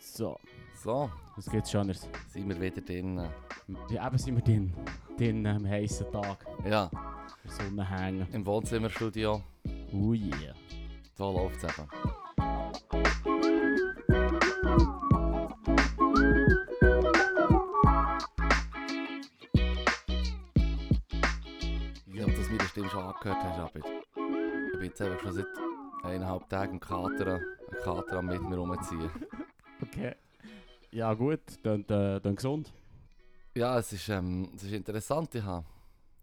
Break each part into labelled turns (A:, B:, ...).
A: So,
B: So,
A: jetzt geht's schon anders.
B: sind wir wieder drin.
A: Ja, eben sind wir drin. Drin am heißen Tag.
B: Ja,
A: In der Sonne hängen.
B: im Wohnzimmerstudio.
A: Oh yeah.
B: So läuft es eben. Ich habe das mit der Stimme schon angehört, hast Abid. Ich bin jetzt einfach schon seit eineinhalb Tagen im Kater, einen Kater am mit mir rumziehen.
A: Okay. Ja gut, dann, äh, dann gesund.
B: Ja, es ist, ähm, es ist interessant, ich habe...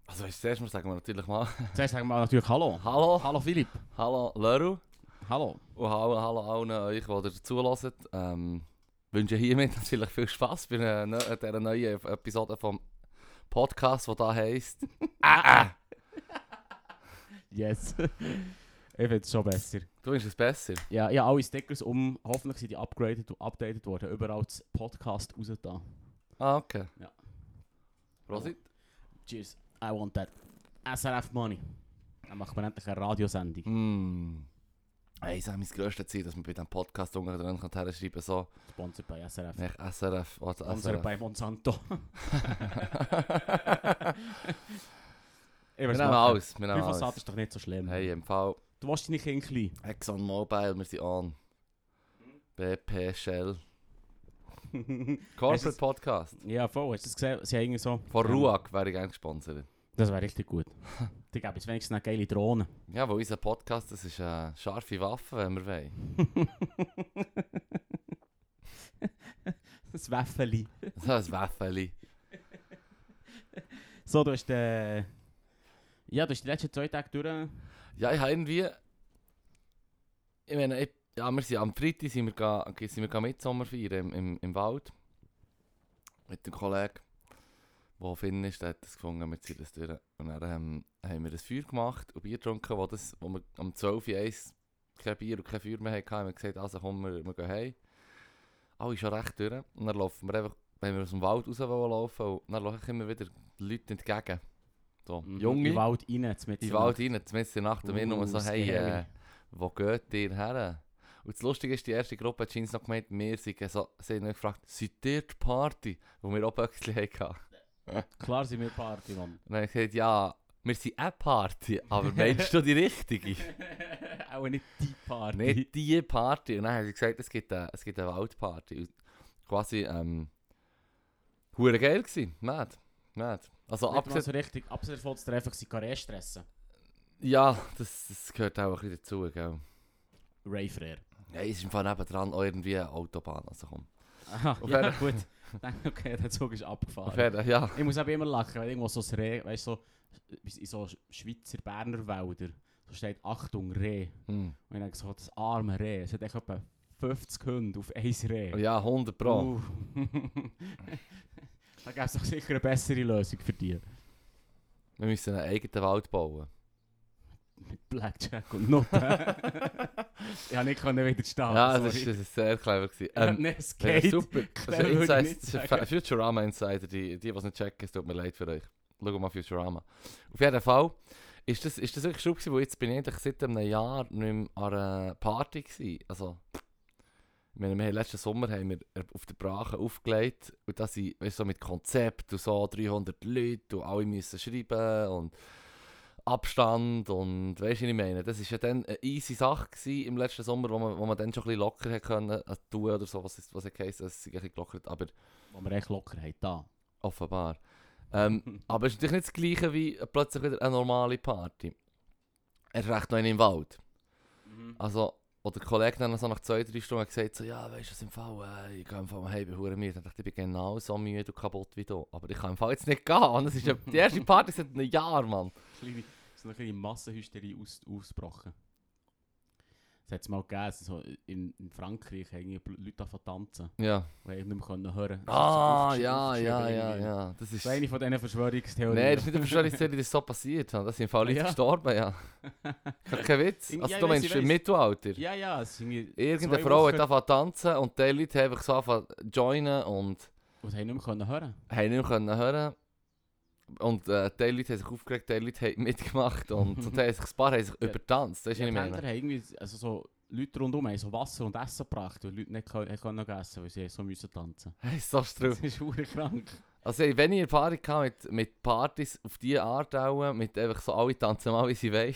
B: Also weißt, zuerst mal sagen wir natürlich mal
A: Zuerst sagen wir mal natürlich Hallo.
B: Hallo,
A: Hallo Philipp.
B: hallo Leru.
A: Hallo.
B: Und hallo, hallo allen euch, die ihr zulässt. Ähm, wünsche hiermit natürlich viel Spass bei äh, ne- dieser neuen Episode vom Podcast, die da heisst.
A: Yes. ich find's schon besser.
B: Du bist es besser.
A: Ja, ich habe alle Stickers um. Hoffentlich sind die upgraded und updated worden. Überall das Podcast raus da.
B: Ah, okay.
A: Ja.
B: Prosit.
A: Cheers. I want that. SRF Money. Dann machen wir endlich eine Radiosendung.
B: Mm. Hey, es ist mein grösstes Ziel, dass man bei diesem Podcast unten drin kann herschreiben kann, so,
A: Sponsored by SRF.
B: nicht SRF, was
A: Sponsored
B: SRF.
A: by Monsanto. Ich
B: Wir
A: weiß
B: nehmen
A: nicht.
B: alles, wir nehmen
A: Glyphosat
B: alles.
A: ist doch nicht so schlimm.
B: Hey, im Fall
A: Du warst deine Kinder klein.
B: ExxonMobil, wir sind on. Hm? BP, Shell.
A: Hast du
B: Corporate
A: es-
B: Podcast.
A: Ja, voll. Hast du das gesehen? Sie haben irgendwie so...
B: Von
A: Ähm,
B: Ruag wäre ich gerne gesponsert.
A: Das wäre richtig gut. Die gäbe jetzt wenigstens eine geile Drohne.
B: Ja, weil unser Podcast, das ist eine scharfe Waffe, wenn wir wollen.
A: Das Wäffeli.
B: So ein Waffeli.
A: So, du hast äh, Ja, du hast die letzten zwei Tage durch...
B: Ja, ich habe irgendwie... Ich meine, ich, ja, wir sind am Freitag sind wir, ga, sind wir ga Mitsommer feiern im, im, im Wald. Mit dem Kollegen, der Finn ist, der hat das gefunden, wir ziehen das durch. Und dann ähm, haben wir ein Feuer gemacht und Bier getrunken, wo, das, wo wir am 12 Uhr eins kein Bier und kein Feuer mehr hatten. Haben wir gesagt, also komm, wir, wir gehen heim. Alle schon recht durch. Und dann laufen wir einfach, wenn wir aus dem Wald raus wollen laufen, und dann laufe ich immer wieder Leute entgegen. So,
A: In
B: Mhm. junge.
A: den Wald rein. jetzt mit
B: In den
A: so-
B: Wald rein, zumindest in der Nacht, und wir nur so,
A: Uh,
B: hey,
A: scary.
B: äh, wo geht ihr her? Und das Lustige ist, die erste Gruppe hat Jeans noch gemeint, wir sind so, sie haben gefragt, seid ihr die Party, wo wir auch Böckchen hatten?
A: Klar sind wir Party, Mann.
B: Und dann habe ich gesagt, ja, wir sind eine Party, aber meinst du die richtige?
A: Auch nicht die Party.
B: Nicht die Party. Und dann haben sie gesagt, es gibt eine, es gibt eine Waldparty. Und quasi, ähm, hure geil gewesen, mad, mad. Also
A: Nicht mal
B: abgesehen,
A: so richtig. Abgesehen davon, dass du einfach seine Karriere stressen.
B: ja, das, das gehört auch ein bisschen dazu, gell.
A: Rave Rare.
B: Nein, es ist im Fall nebendran auch irgendwie eine Autobahn, also komm.
A: Aha,
B: Auf
A: ja
B: jeden-
A: gut. Dann- Okay, der Zug ist abgefahren.
B: Auf jeden, ja.
A: Ich muss aber immer lachen, wenn irgendwo so ein Reh, weißt du, so, in so Schweizer Berner Wälder, so steht Achtung Reh.
B: Hm.
A: Und ich denke so, das arme Reh, es hat echt etwa 50 Hunde auf ein Reh.
B: Oh Ja, 100 Pro.
A: Uh. da gäbe es doch sicher eine bessere Lösung für die.
B: Wir müssen einen eigenen Wald bauen.
A: Mit Blackjack und Noten. ich konnte nicht können widerstehen,
B: ja, das
A: Ah, sorry.
B: ist, das ist sehr clever. Gewesen.
A: Ich hab
B: Ähm,
A: nicht
B: das ist
A: Skate.
B: super. Das
A: würde
B: ist
A: ich
B: Insider,
A: nicht
B: das ist Fa-
A: sagen.
B: Futurama Insider, die, die, die es nicht checken, es tut mir leid für euch. Schau mal Futurama. Auf jeden Fall ist das, ist das wirklich schon gewesen, wo jetzt bin ich eigentlich seit einem Jahr nicht mehr an einer Party gewesen. Also, ich meine, wir haben letzten Sommer haben wir auf der Brache aufgelegt und das sind, weißt du, so mit Konzept und so 300 Leute und alle müssen schreiben und Abstand und weißt du, was ich meine? Das war ja dann eine easy Sache gewesen im letzten Sommer, wo man, wo man dann schon ein bisschen locker hätte können, äh, tun oder so, was, ist- was ich heisst, es ist ein bisschen gelockert, aber
A: Wo wir echt locker haben, da.
B: offenbar. Ähm, aber es ist natürlich nicht das gleiche wie plötzlich wieder eine normale Party. Er ist recht noch eine im Wald. Also, oder der Kollege dann so nach zwei, drei Stunden hat gesagt so, ja, weißt du was, im Fall, äh, ich gehe im Fall mal heim, ich bin verdammt müde. Dann dachte ich, ich bin genau so müde und kaputt wie du. Aber ich kann im Fall jetzt nicht gehen, und es ist ja die erste Party seit einem Jahr, Mann.
A: kleine, so eine kleine Massenhysterie aus, ausgebrochen. Es hat es mal gegeben, so in, in Frankreich haben irgendwie Leute angefangen zu tanzen,
B: Ja.
A: die ich nicht mehr können hören konnten.
B: Ah, ja, ja, ja, ja. Das
A: Das
B: ist...
A: war eine von diesen Verschwörungstheorien.
B: Nein, das ist nicht eine Verschwörungstheorie, das ist so passiert. Mann. Das sind im Fall Leute
A: Ja.
B: gestorben, ja. Kein kein Witz.
A: Ja,
B: Also
A: ich
B: du
A: weiss,
B: meinst
A: ich
B: im
A: weiss.
B: Mittelalter?
A: ja, ja, es ist irgendwie...
B: Irgendeine
A: zwei
B: Frau
A: Wochen-
B: hat angefangen zu tanzen und die Leute haben einfach so angefangen zu joinen und
A: Und haben nicht mehr können hören
B: haben nicht mehr können hören. Und äh, die Leute haben sich aufgeregt, die Leute haben mitgemacht und, und haben sich ein paar haben sich
A: Ja.
B: übertanzt. Weißt du,
A: Ja,
B: was
A: die
B: ich
A: Händler
B: meine?
A: haben irgendwie, also so Leute rundherum haben so Wasser und Essen gebracht, weil die Leute nicht können, können noch essen, weil sie so müssen tanzen.
B: Hey, so strub.
A: Das ist hure krank.
B: Also, ey, wenn ich Erfahrung hatte mit, mit Partys auf diese Art, auch, mit einfach so alle tanzen mal, wie sie wollen.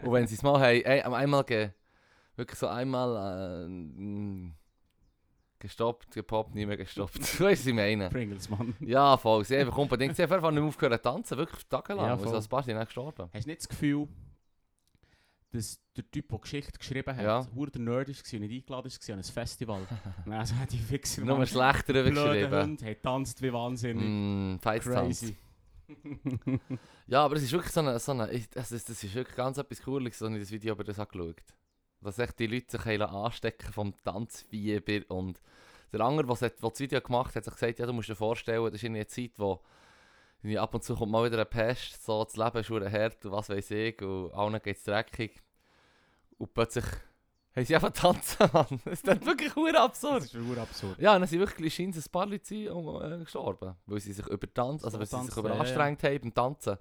B: und wenn sie es mal haben, ey, am einmal ge, wirklich so einmal äh, mm, gestoppt, gepoppt, nicht mehr gestoppt. weißt du, was ich meine?
A: Pringles, Mann.
B: Ja, voll. Sie haben einfach unbedingt, sie haben einfach nicht mehr aufgehört zu tanzen, wirklich tagelang.
A: Ja,
B: Ja,
A: voll.
B: also, ein paar sind dann gestorben.
A: Hast du nicht das Gefühl, dass der Typ, der Geschichte geschrieben hat,
B: Ja.
A: hure der Nerd war und nicht eingeladen war an ein Festival? Nein, also hat die Fixer
B: Nur
A: Mann,
B: schlechter
A: blöder
B: geschrieben.
A: Hund, hat tanzt wie wahnsinnig.
B: Mm, Feitstanz.
A: Crazy.
B: Ja, aber es ist wirklich so eine, so eine ich, das, ist, das ist wirklich ganz etwas Cooles, als ich das Video über das habe geschaut Dass echt die Leute sich haben lassen anstecken vom Tanzfieber und der andere, der das Video gemacht hat, hat sich gesagt, ja, du musst dir vorstellen, das ist in einer Zeit, wo irgendwie ab und zu kommt mal wieder eine Pest, so das Leben ist verdammt hart und was weiß ich und allen geht es dreckig und plötzlich haben sie einfach tanzen, Mann. Das ist wirklich verdammt absurd.
A: Das ist hure absurd.
B: Ja, und dann sind wirklich scheint ein paar Leute sind, um, äh, gestorben, weil sie sich übertanzt, also
A: So
B: weil sie sich
A: tanzen,
B: überanstrengt haben beim Tanzen.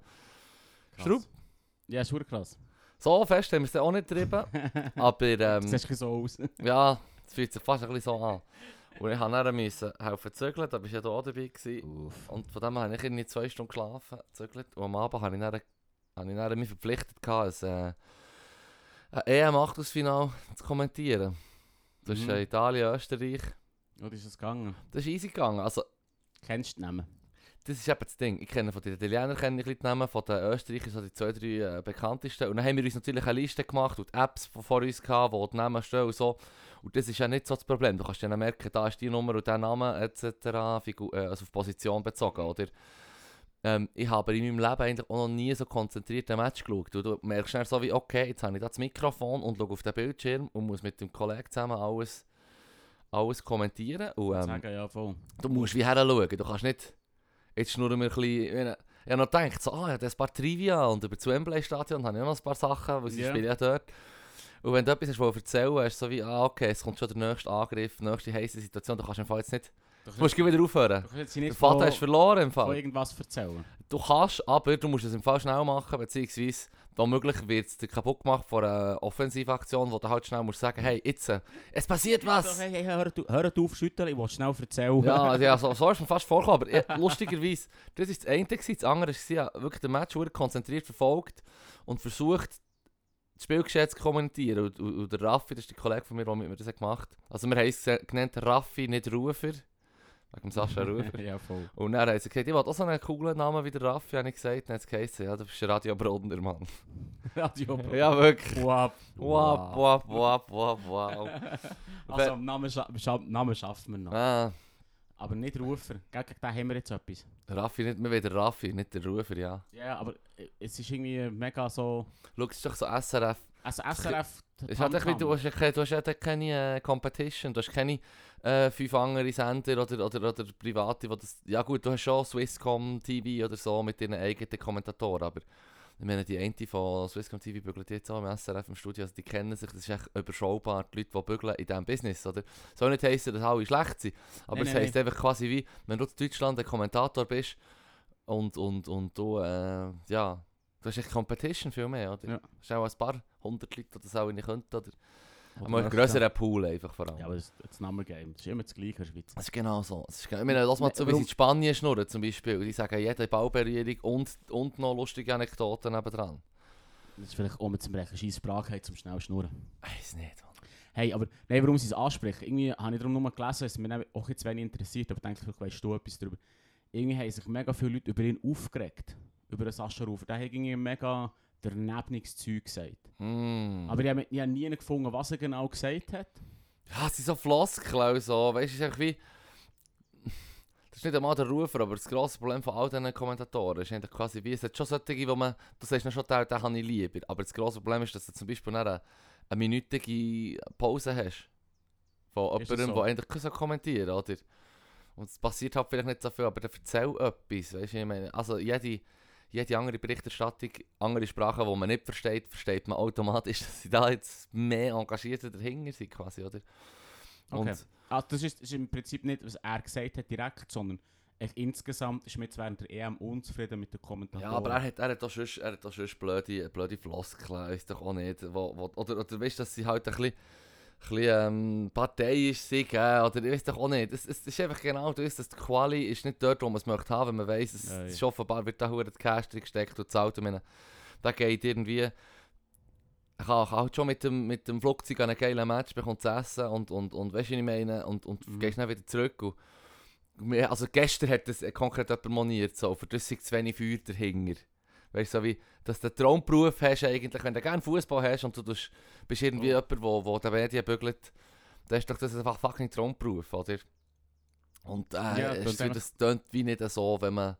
A: Krass.
B: Schraub.
A: Ja, ist hure krass.
B: So fest haben wir es dann auch nicht getrieben, aber
A: Das
B: ähm,
A: sieht so aus.
B: ja, es fühlt sich fast ein bisschen so an. Und ich musste dann müssen helfen zu zügeln, da bist du ja auch dabei. Gewesen.
A: Uff.
B: Und von dem her habe ich irgendwie zwei Stunden geschlafen, gezügelt und am Abend habe ich, dann, habe ich dann mich verpflichtet, gehabt, ein, äh, ein E EM-Achtelfinale zu kommentieren. Das ist
A: Mhm.
B: äh, Italien, Österreich.
A: Oder ist es gegangen?
B: Das ist easy gegangen. Also,
A: Kennst du den Namen?
B: Das ist eben das Ding. Ich kenne von den Italienern kenne ich Leute nehmen, von den Österreichern so die zwei, drei äh, bekanntesten. Und dann haben wir uns natürlich eine Liste gemacht und die Apps von vor uns gehabt, wo die Namen stehen und so. Und das ist ja nicht so das Problem. Du kannst ja dann merken, da ist die Nummer und der Name etc. Figur, äh, also auf Position bezogen, oder? Ähm, ich habe aber in meinem Leben eigentlich auch noch nie so konzentriert ein Match geschaut. Und du merkst dann so wie, okay, jetzt habe ich da das Mikrofon und schaue auf den Bildschirm und muss mit dem Kollegen zusammen alles, alles kommentieren. Und, ähm,
A: Sagen, ja, voll.
B: Du musst wie her schauen, du kannst nicht... Jetzt schnurren wir ein bisschen... Ich habe noch gedacht, so, ah, ich habe ein paar Trivia und über das Wembley-Stadion habe ich auch noch ein paar Sachen, weil sie
A: Ja.
B: spielen ja dort. Und wenn du etwas hast, was erzählen hast, so wie, ah, okay, es kommt schon der nächste Angriff, die nächste heisse Situation, du kannst im Fall jetzt nicht...
A: Du kannst-
B: Du musst gleich wieder aufhören.
A: Du kannst jetzt hier
B: Der
A: nicht
B: Vater
A: von,
B: hast verloren im
A: von
B: Fall.
A: irgendwas erzählen.
B: Du kannst, aber du musst es im Fall schnell machen, beziehungsweise womöglich wird es dir kaputt gemacht von einer Offensivaktion, wo du halt schnell musst
A: Mhm.
B: sagen, hey, jetzt, äh, es passiert was!
A: Also, hey, hey, hör, du- hör auf, schütteln, ich will schnell erzählen.
B: Ja, ja so, so ist mir fast vorgekommen, aber ja, lustigerweise, das ist das eine, gewesen, das andere war, ja, wirklich den Match wurde konzentriert verfolgt und versucht, das Spielgeschehen zu kommentieren. Und, und, und der Raffi, das ist der Kollege von mir, der mit mir das hat gemacht hat. Also wir haben es gese- genannt Raffi, nicht Rufer, wegen dem Sascha Rufer.
A: ja, voll.
B: Und dann hat sie gesagt, ich will auch so einen coolen Namen wie der Raffi, habe ich gesagt. Dann hat sie gesagt, ja, du bist ein Radio Brodner, Mann.
A: Radio
B: Ja, wirklich.
A: Wow.
B: Wow, wow, wow, wow, wow.
A: Also, am Namen, scha scha Namen schaffen wir noch.
B: Ah,
A: Aber nicht Rufer. Gell, Gegen den haben wir jetzt etwas.
B: Raffi, nicht mehr wieder Raffi, nicht der Rufer, ja.
A: Ja, aber äh, es ist irgendwie mega so...
B: Schau, es ist doch so SRF.
A: Also SRF...
B: Es hat echt, wie- halt du
A: Tamtam.
B: hast ja keine, du hast ja da keine äh, Competition, du hast keine äh, fünf andere Sender oder, oder, oder private, die das... Ja gut, du hast schon Swisscom TV oder so mit deinen eigenen Kommentatoren, aber ich meine, die eine von Swisscom TV bügelt jetzt auch im SRF im Studio, also die kennen sich, das ist echt überschaubar, die Leute, die bügeln in diesem Business, oder? Soll nicht heissen, dass alle schlecht sind, aber
A: Nein,
B: es
A: nein,
B: heisst einfach quasi wie, wenn du in Deutschland ein Kommentator bist und, und, und du, äh, ja... Du hast echt Competition viel mehr, oder?
A: Ja.
B: Es sind auch ein paar hundert Leute, die das auch nicht könnten, oder?
A: Oder
B: Einmal einen
A: möchte.
B: grösseren Pool einfach vor allem.
A: Ja, aber das, das Name-Game. Das ist immer das gleiche in der Schweiz.
B: Das ist genau so. Das ist, genau- ich meine, lass mal
A: Ne,
B: zu, wie sie
A: warum-
B: in Spanien schnurren zum Beispiel. Die sagen jede Bauberührung und, und noch lustige Anekdoten nebendran.
A: Das ist vielleicht auch mit zum Rechen. Scheiss Sprache haben, zum schnell schnurren.
B: Ich weiß nicht, Mann.
A: Hey, aber nein, warum sie es ansprechen? Irgendwie habe ich darum nur gelesen, es mich auch jetzt wenig interessiert, aber denke ich, weißt du etwas darüber. Irgendwie haben sich mega viele Leute über ihn aufgeregt. Über den Sascha Rufer. Der hat irgendwie mega danebniges Zeug gesagt.
B: Mm.
A: Aber ich habe, ich habe nie gefunden, was er genau gesagt hat.
B: Ja, es sind so Floskeln so. Weißt du, es ist einfach wie... Das ist nicht einmal der Rufer, aber das grosse Problem von all diesen Kommentatoren ist eigentlich quasi wie... Es hat schon solche, wo man... Du sagst noch schon, den, den habe ich lieber. Aber das grosse Problem ist, dass du zum Beispiel dann eine, eine minütige Pause hast. Von
A: Ist das
B: jemandem,
A: so?
B: der eigentlich kann so kommentieren oder? Und es passiert halt vielleicht nicht so viel, aber dann erzähl etwas. Weißt du, ich meine... Also jede... Jede andere Berichterstattung, andere Sprachen, die man nicht versteht, versteht man automatisch, dass sie da jetzt mehr engagierter dahinter sind quasi, oder?
A: Ah, Okay. Also das, ist, das ist im Prinzip nicht, was er gesagt hat direkt, sondern echt insgesamt ist mir jetzt während der EM unzufrieden mit den Kommentatoren.
B: Ja, aber er hat, er hat auch sonst, er hat auch sonst blöde, blöde Floskeln, ist doch auch nicht. Wo, wo, oder, oder weißt du, dass sie halt ein bisschen, ein bisschen ähm, parteiisch sind, gell? oder ich weiß doch auch nicht. Es, es ist einfach genau das, dass die Quali ist nicht dort, wo man es möchte haben, wenn man weiss, es
A: Nein.
B: es ist offenbar wird da verdammt die Cash drin gesteckt und zahlt. Ich meine, da geht irgendwie... Ich kann kann halt schon mit dem, mit dem Flugzeug an einen geilen Match bekommt zu essen und, und, und weißt du, was ich meine? Und, und
A: Mhm.
B: gehst dann wieder zurück und mir- also gestern hat das konkret jemand moniert, so, für das sind zu wenig Feuer dahinter. Weißt du, so wie, dass du einen Traumberuf hast eigentlich, wenn du gerne Fußball hast und du tust, bist irgendwie
A: Oh.
B: jemand, wo, wo die Medien bügelt, dann ist doch das einfach fucking Traumberuf, oder? Und äh,
A: Ja,
B: es
A: das
B: tut-
A: eigentlich-
B: das tönt wie nicht so, wenn man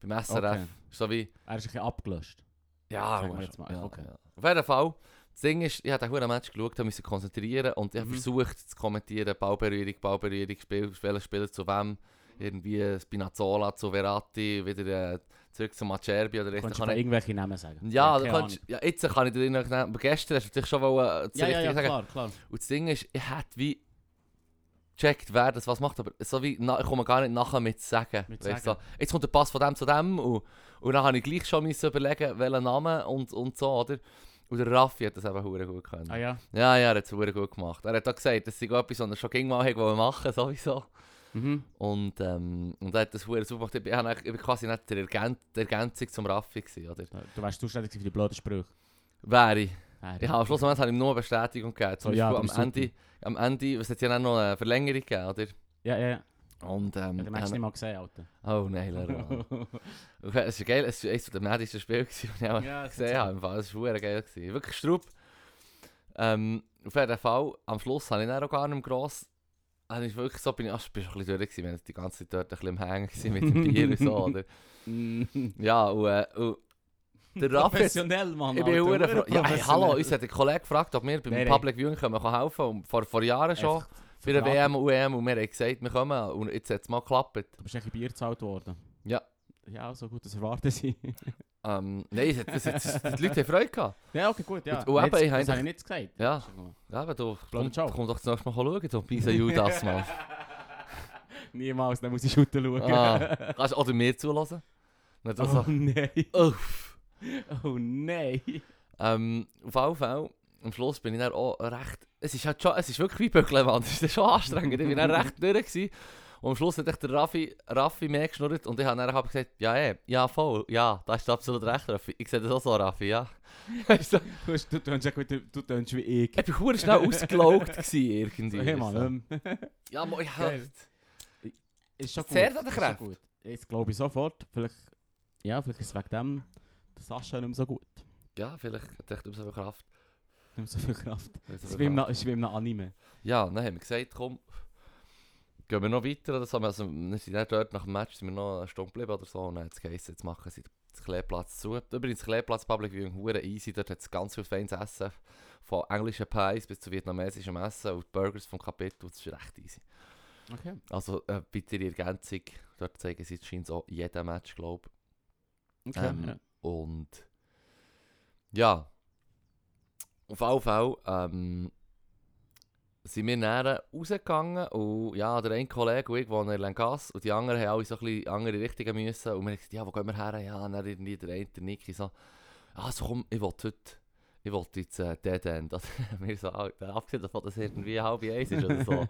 B: beim SRF,
A: Okay.
B: so wie,
A: Er ist ein bisschen abgelöscht.
B: ja,
A: Sagen wir
B: Mann,
A: jetzt mal,
B: ja,
A: okay.
B: ja. Auf jeden Fall, das Ding ist, ich habe den verdammten Match geschaut, musste mich konzentrieren und ich habe
A: Mhm.
B: versucht zu kommentieren, Ballberührung, Ballberührung, Spiel, welcher Spieler zu wem, irgendwie Spinazzola zu Verratti, wieder äh, zurück zu Macerbi oder
A: Kannst du
B: kann
A: da
B: ich-
A: irgendwelche Namen sagen?
B: ja, du
A: keine
B: kannst, ja, jetzt kann ich dir noch nehmen, aber gestern hast du natürlich schon wollen, äh, das
A: Ahnung. Ja, ja,
B: Richtige
A: ja,
B: sagen.
A: klar, klar.
B: Und das Ding ist, ich hätte wie gecheckt, wer das was macht, aber so wie, na, ich komme gar nicht nachher mit zu sagen.
A: Mit
B: Weisst
A: sagen.
B: So, jetzt kommt der Pass von dem zu dem und, und dann habe ich gleich schon müssen überlegen, welchen Namen und, und so, oder? Und der Raffi hat das eben hure gut können.
A: Ah ja.
B: ja. ja, er hat es hure gut gemacht. Er hat auch gesagt, das sei auch etwas, was er schon ging mal hat wollen machen sowieso.
A: Mhm.
B: Und, ähm, und er hat das hure super gemacht. Ich bin, ich habe eigentlich- ich bin quasi nicht der Ergän die Ergänzung zum Raffi gewesen, oder?
A: Du du wärst zuständig gewesen für die blöden Sprüche.
B: Wäre ich.
A: Ah,
B: Ja, am Schluss habe ich ihm nur eine Bestätigung gegeben. Zum
A: Oh ja,
B: Beispiel
A: aber
B: am Ende, am Ende, es hat ja dann noch eine Verlängerung gegeben, oder?
A: Ja, ja, ja.
B: Und ähm,
A: Ja, Den hast du
B: dann-
A: nicht mal gesehen, Alter.
B: Oh nein, leider. es war geil, es war eines der nerdigsten Spiele, gewesen, die ich auch
A: Ja, das
B: gesehen habe. im Fall. Es war verdammt geil. Gewesen. Wirklich Strupp. Ähm, auf jeden Fall, am Schluss habe ich dann auch gar nicht mehr gross... Also ich wirklich so, bin ich, ach, bin schon ein bisschen durch gewesen, wir waren die ganze Zeit dort ein bisschen am Hängen gewesen mit dem Bier und so, oder? Ja, und, äh, und der Raffi hat's-
A: Professionell, Mann.
B: Ich bin
A: Oh, Alter,
B: hure froh. Ja, ey, hallo,
A: professionell.
B: uns hat ein Kollege gefragt, ob wir beim
A: Nein, nein.
B: Public Viewing können, können helfen können. Vor, vor Jahren schon.
A: Einfach
B: Für eine
A: verraten.
B: WM und UM. Und wir haben gesagt, wir kommen. Und jetzt hat es mal geklappt.
A: Du bist eigentlich Bier gezahlt worden.
B: Ja.
A: Ja, so gut, das erwarten sie.
B: Ähm, nein, es hat, es hat, es, die Leute haben Freude gehabt.
A: ja, okay, gut, ja.
B: Und- und eben,
A: Jetzt-
B: ich
A: das
B: habe
A: habe ich nicht gesagt.
B: Ja, ja aber du komm,
A: Ciao.
B: komm doch zuerst mal schauen, du Pisa Judas, Mann.
A: Niemals, dann muss ich unten schauen.
B: ah, kannst du oder mir zulassen? Nicht
A: oh
B: also,
A: nein.
B: uff.
A: Oh nein.
B: Ähm, auf jeden Fall, am Schluss bin ich dann auch recht... Es ist, halt schon, es ist wirklich wie Böckle, Mann. Es ist schon anstrengend. Ich war dann recht durch. Gewesen. Und am Schluss hat echt der Raffi, Raffi mehr geschnurrt und ich habe dann hab gesagt, ja eh, ja voll, ja, da hast du absolut recht, Raffi. Ich sehe das auch so, Raffi, ja. Weisst du,
A: Du hast- du tönst ja gut, du du tönst wie ich.
B: Ich bin hure schnell ausgelaugt gewesen, irgendwie.
A: Hey Mann,
B: So.
A: ähm,
B: Ja, aber ich
A: Geil. ist schon gut.
B: Es zehrt an den
A: ist schon
B: Kräften.
A: gut. Jetzt glaube ich sofort. Vielleicht, ja, vielleicht ist es wegen dem der Sascha nicht mehr so gut.
B: Ja, vielleicht hat er echt nicht mehr so viel Kraft.
A: Nicht mehr so viel Kraft.
B: Nicht so
A: Es ist
B: viel
A: wie im
B: Kraft.
A: Na- es ist wie im Anime.
B: Ja, dann haben wir gesagt, komm, gehen wir noch weiter oder so. Also, wir sind dann dort nach dem Match sind wir noch eine Stunde geblieben oder so. Und dann hat es geheißen, jetzt machen sie den Kleeplatz zu. Übrigens, Kleeplatz Public Viewing, hure easy. Dort hat es ganz viel feines Essen. Von englischen Pies bis zu vietnamesischem Essen und die Burgers vom Kapitel. Das ist recht easy.
A: Okay.
B: Also, äh, bitte die Ergänzung. Dort zeigen sie scheint auch jeden Match, glaube ich.
A: okay
B: Ähm,
A: ja.
B: Und ja, auf jeden Fall ähm, sind wir näher eh, rausgegangen und ja, der eine Kollege und ich wohnen in Langas und die anderen haben alle so ein bisschen andere Richtungen müssen und wir haben gesagt, ja, wo gehen wir her? Ja, und dann irgendwie der eine, der Niki so, ah, so komm, ich will heute, ich will jetzt äh, Dead End. Also, wir so, ah, abgesehen davon, dass es irgendwie halb eins ist oder so,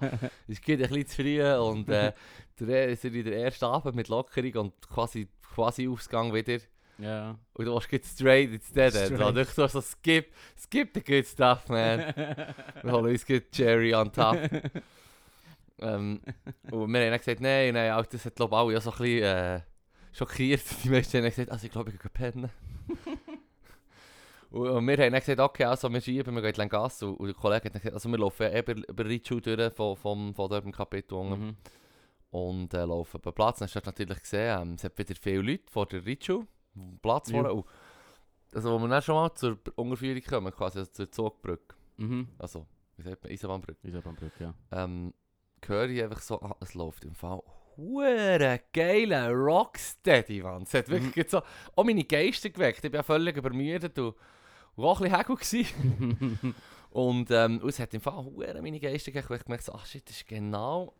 B: es geht ein bisschen zu früh und äh, der, sind in der ersten Abend mit Lockerung und quasi, quasi Ausgang wieder.
A: ja.
B: Und du warst jetzt straight ins Dead End.
A: Straight.
B: Oder? Du hast so, skip, skip the good stuff, man. Wir holen uns gut Cherry on top.
A: Mhm,
B: ähm, und wir haben dann gesagt, nein, nein, Alter, das hat glaube ich alle auch so ein bisschen äh, schockiert. Die meisten haben dann gesagt, also ich glaube, ich gehe pennen. und, und wir haben dann gesagt, okay, also wir schieben, wir gehen in Gas. Und, und der Kollege hat dann gesagt, also eh, wir laufen ja eben über Ritschu durch von, von, von dort im Kapitel. unten
A: Mhm.
B: und äh, laufen über den Platz. Dann hast du natürlich gesehen, ähm, es hat wieder viele Leute vor der Ritschu, am Platz
A: Ja.
B: vorne. Und- Also, wo wir dann schon mal zur B- Unterführung kommen, quasi also zur Zugbrücke,
A: Mhm.
B: also, wie sagt man, Eisenbahnbrücke,
A: Ist aber am Glück, ja.
B: ähm, höre ich einfach so, ah, es läuft im Fall hure geile Rocksteady, Mann. Es hat wirklich so, auch meine Geister geweckt. Ich war völlig übermüdet und, und auch ein bisschen Hegel gewesen. Und, ähm, und es hat im Fall hure meine Geister gegeben, weil ich gemerkt habe, ach shit, das ist genau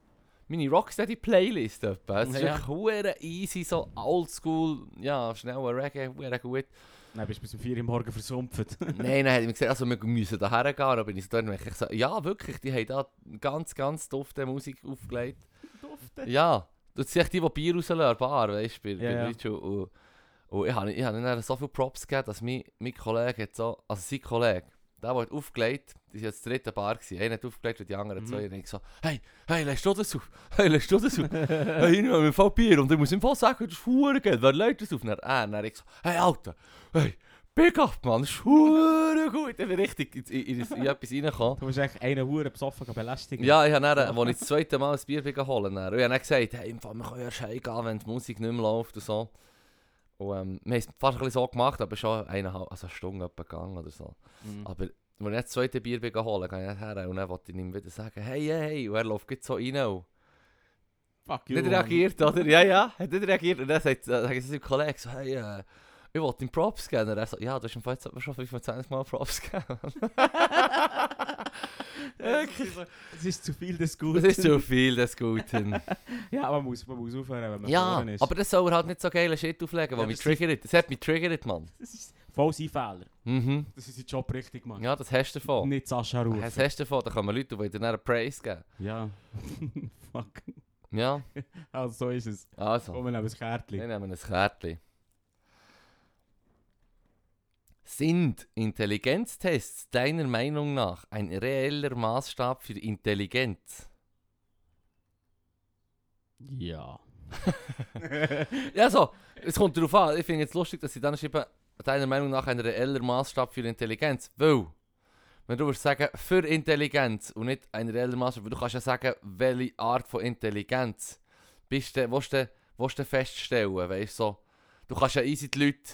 B: meine Rocksteady-Playlist. etwa. Es ist
A: Ja.
B: echt hure easy, so oldschool, ja, schneller Reggae, hure gut.
A: Dann bist du bis um 4 Uhr morgen versumpft.
B: Nein, nein, hat mir gesagt, also wir müssen da hergehen. Da bin ich so dort und ich so, ja, wirklich, die haben da ganz, ganz dufte Musik aufgelegt.
A: Dufte.
B: Ja, das sind echt die, die Bier rauslassen, an der Bar, weißt du, bei,
A: Ja,
B: bei
A: ja.
B: Ritual. Und, und ich habe ich habe ihnen dann so viele Props gegeben, dass mein, mein Kollege, hat so, also sein Kollege, der, der hat aufgelegt die war jetzt die dritte Bar, gewesen. einer hat aufgelegt und die anderen
A: Mhm.
B: zwei. Und ich so, hey, hey, lässt du das auf? Hey, lässt du das auf? hey, ich nehme im Fall Bier und ich muss im Fall sagen, das ist verdammt geil, wer lädt das auf? Und dann, er, und dann ich so, hey, Alter, hey, Big up, Mann, das ist verdammt gut. Ich bin richtig in, in, in, in etwas reingekommen.
A: Du musst echt einen Huren besoffen belästigen.
B: Ja, ich habe dann, als ich das zweite Mal ein Bier bin holen dann, und ich habe dann gesagt, hey, im Fall, wir können ja scheiße gehen, wenn die Musik nicht mehr läuft und so. Und ähm, wir haben es fast ein bisschen so gemacht, aber schon eineinhalb, also eine Stunde etwa gegangen oder so.
A: Mhm.
B: Aber als ich dann das zweite Bier bin holen gehe ich dann her und dann wollte ich ihm wieder sagen, hey, hey, hey, und er läuft jetzt so rein und
A: Fuck you.
B: nicht reagiert, oder? Ja, ja, hat nicht reagiert. Und dann sagt, äh, sagt sein Kollege so, hey, äh, ich wollte ihm Props geben. Und er so, ja, du hast im Fall jetzt aber schon 25 Mal Props gegeben. Wirklich.
A: Es ist zu viel des Guten.
B: Das ist zu viel des Guten.
A: Ja, man muss, man muss aufhören, wenn man
B: Ja,
A: verloren ist.
B: aber das soll er halt nicht so geilen Shit auflegen,
A: Ja,
B: weil mich
A: das ist-
B: triggert. Das hat mich triggert, Mann.
A: das ist voll sein Fehler.
B: Mhm.
A: Das ist sein Job richtig gemacht.
B: Ja, das hast du davon.
A: Nicht Sascha Ruf.
B: Das hast du davon, da kommen Leute, die dir dann einen Praise geben.
A: Ja. Fuck.
B: Ja,
A: Also so ist es.
B: also,
A: Komm, wir nehmen ein
B: wir
A: Kärtchen.
B: nehmen ein Kärtchen. Sind Intelligenztests deiner Meinung nach ein reeller Maßstab für Intelligenz?
A: Ja.
B: Ja, so, es kommt darauf an. Ich finde es lustig, dass sie dann schreiben, deiner Meinung nach ein reeller Maßstab für Intelligenz. Weil, wenn du würdest sagen, für Intelligenz und nicht ein reeller Maßstab, weil du kannst ja sagen, welche Art von Intelligenz bist du, willst du, willst du feststellen, weißt du, so. Du kannst ja easy die Leute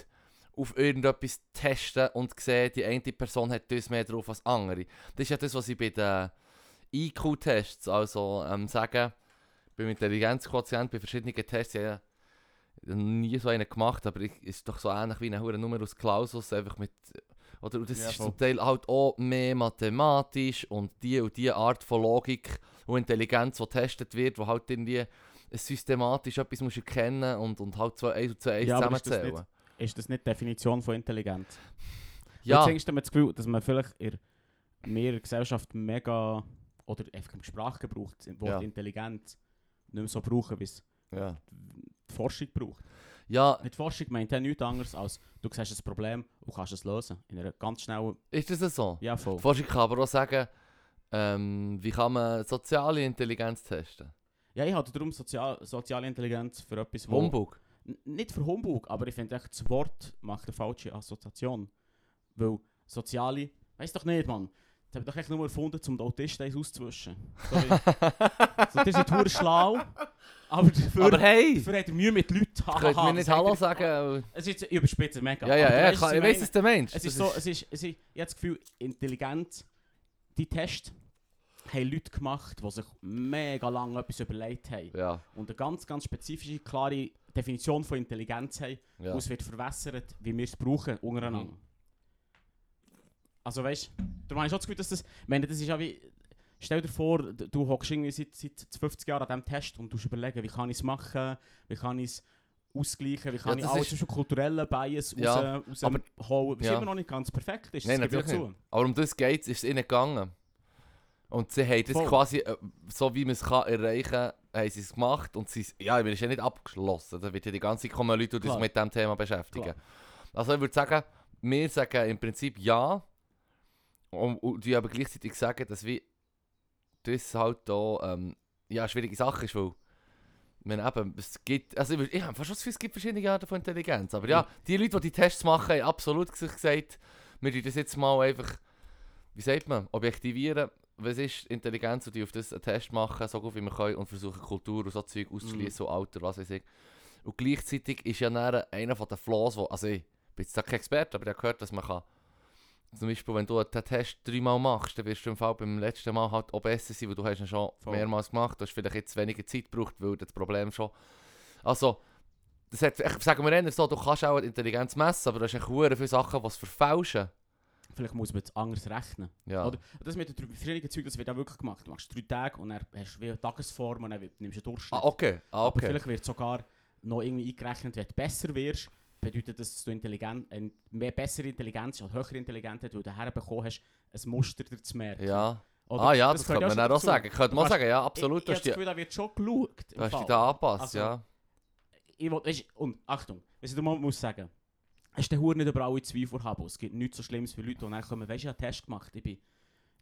B: auf irgendetwas testen und sehen, die eine Person hat das mehr drauf als die andere. Das ist ja das, was ich bei den IQ-Tests, also ähm, sagen, beim Intelligenzquotient, bei verschiedenen Tests, ja, ich habe nie so einen gemacht, aber ich, ist doch so ähnlich wie eine hure Numerus Clausus, einfach mit, oder und das
A: Ja,
B: ist
A: voll.
B: zum Teil halt auch mehr mathematisch und die und die Art von Logik und Intelligenz, die getestet wird, wo halt irgendwie systematisch etwas musst erkennen und, und halt 2 1 und 2 1
A: Ja, aber ist das
B: zusammenzählen.
A: nicht- Ist das nicht die Definition von Intelligenz?
B: ja,
A: Jetzt denkst du mir das Gefühl, dass man vielleicht in mehr Gesellschaft mega oder einfach im Sprachgebrauch das Wort
B: Ja.
A: Intelligenz nicht mehr so brauchen, wie es
B: ja.
A: die Forschung braucht.
B: ja,
A: Nicht die Forschung meint ja nichts anderes als du siehst ein Problem und kannst es lösen. In einer ganz schnellen.
B: ist das so?
A: Ja, voll.
B: Die Forschung kann aber auch sagen, ähm, wie kann man soziale Intelligenz testen?
A: Ja, ich halte darum Sozial soziale Intelligenz für etwas, wo-
B: Humbug.
A: N- Nicht für Humbug, aber ich finde echt, das Wort macht eine falsche Assoziation. Weil soziale. Weiß doch nicht, Mann. Das haben doch echt nur erfunden, um die Autisten eins auszuwischen. Sorry. so, die sind hure schlau, aber dafür,
B: Aber hey,
A: dafür hat er Mühe mit Leuten. Hahaha,
B: könnt mir
A: das hat
B: nicht
A: er
B: Hallo
A: nicht-
B: sagen?
A: Es ist überspitzt, mega.
B: Ja, ja,
A: Aber du
B: ja,
A: weißt,
B: ich, kann,
A: was
B: ich weiß,
A: meine.
B: was du meinst.
A: Es
B: Das
A: ist so, es ist, es ist, ich habe das Gefühl, Intelligenz, die Tests haben Leute gemacht, die sich mega lange etwas überlegt haben
B: Ja,
A: und eine ganz, ganz spezifische, klare Definition von Intelligenz haben.
B: ja.
A: Und es wird verwässert, wie wir es brauchen, untereinander.
B: Mhm.
A: Also weißt du, darum habe ich schon das Gefühl, dass das... Ich meine, das ist ja wie... Stell dir vor, d- du hockst irgendwie seit, seit 50 Jahren an diesem Test und tust überlegen, wie kann ich es machen, wie kann ich es ausgleichen, wie kann
B: Ja,
A: ich
B: das
A: alles
B: ist-
A: zwischen kulturellen Bias
B: Ja,
A: raus-
B: aber-
A: rausholen, was
B: ja.
A: immer noch nicht ganz perfekt ist.
B: Nein,
A: das gebe ich auch
B: natürlich
A: zu.
B: Aber um das geht es, ist es ihnen gegangen. Und sie haben das
A: Voll.
B: quasi, äh, so wie man es kann erreichen kann, haben sie es gemacht. Und sie ist- ja, ich bin ja nicht abgeschlossen. Da wird ja die ganze Zeit kommen Leute, die sich
A: Klar.
B: mit diesem Thema beschäftigen. Also ich würde sagen, wir sagen im Prinzip ja. Und, und die aber gleichzeitig sagen, dass wir das halt da ähm, ja, eine schwierige Sache ist, weil man eben, es gibt, also ich, würd- ich habe fast schon das Gefühl, es gibt verschiedene Arten von Intelligenz. Aber ja, die Leute, die die Tests machen, haben absolut sich gesagt, wir tun das jetzt mal einfach, wie sagt man, objektivieren. Was ist Intelligenz und die auf das einen Test machen, so gut wie wir können und versuchen Kultur und so Zeug auszuschließen, so Alter, was weiß ich. Und gleichzeitig ist ja dann einer von den Flaws, wo, also ich bin jetzt da kein Experte, aber ich habe gehört, dass man kann, Also zum Beispiel, wenn du den Test dreimal machst, dann wirst du im Fall beim letzten Mal halt auch besser sein, weil du hast ihn schon
A: Voll.
B: mehrmals gemacht, du hast vielleicht jetzt weniger Zeit gebraucht, weil das Problem schon, also, das hat, ich, sagen wir eher so, du kannst auch die Intelligenz messen, aber du hast echt verdammt viele Sachen, die es verfälschen.
A: Vielleicht muss man jetzt anders rechnen.
B: Ja.
A: Oder das mit den verschiedenen Zeug, das wird auch wirklich gemacht. Du machst drei Tage und dann hast du wie eine Tagesform und dann nimmst du einen Durchschnitt.
B: Ah, okay. Ah,
A: Aber
B: okay.
A: vielleicht wird sogar noch irgendwie eingerechnet, wenn du besser wirst, bedeutet das, dass du intelligent, äh, mehr bessere Intelligenz oder höhere Intelligenz, die du herbekommen hast, ein Muster dir zu merken.
B: Ja.
A: Oder
B: ah ja, das,
A: gehört
B: könnte man
A: schon
B: dann auch
A: dazu.
B: sagen. Könnte man auch
A: kannst-
B: sagen, ja, absolut.
A: Ich, ich
B: Du hast
A: habe das Gefühl,
B: dich
A: da wird schon geschaut. im
B: da hast dich
A: Fall.
B: da angepasst,
A: Also,
B: ja.
A: ich will, weißt, du, und Achtung, was ich dir mal muss sagen, hast du den Huren nicht über alle Zweifel haben. Es gibt nichts so Schlimmes für Leute, die dann kommen, weißt du, ich habe einen Test gemacht, ich bin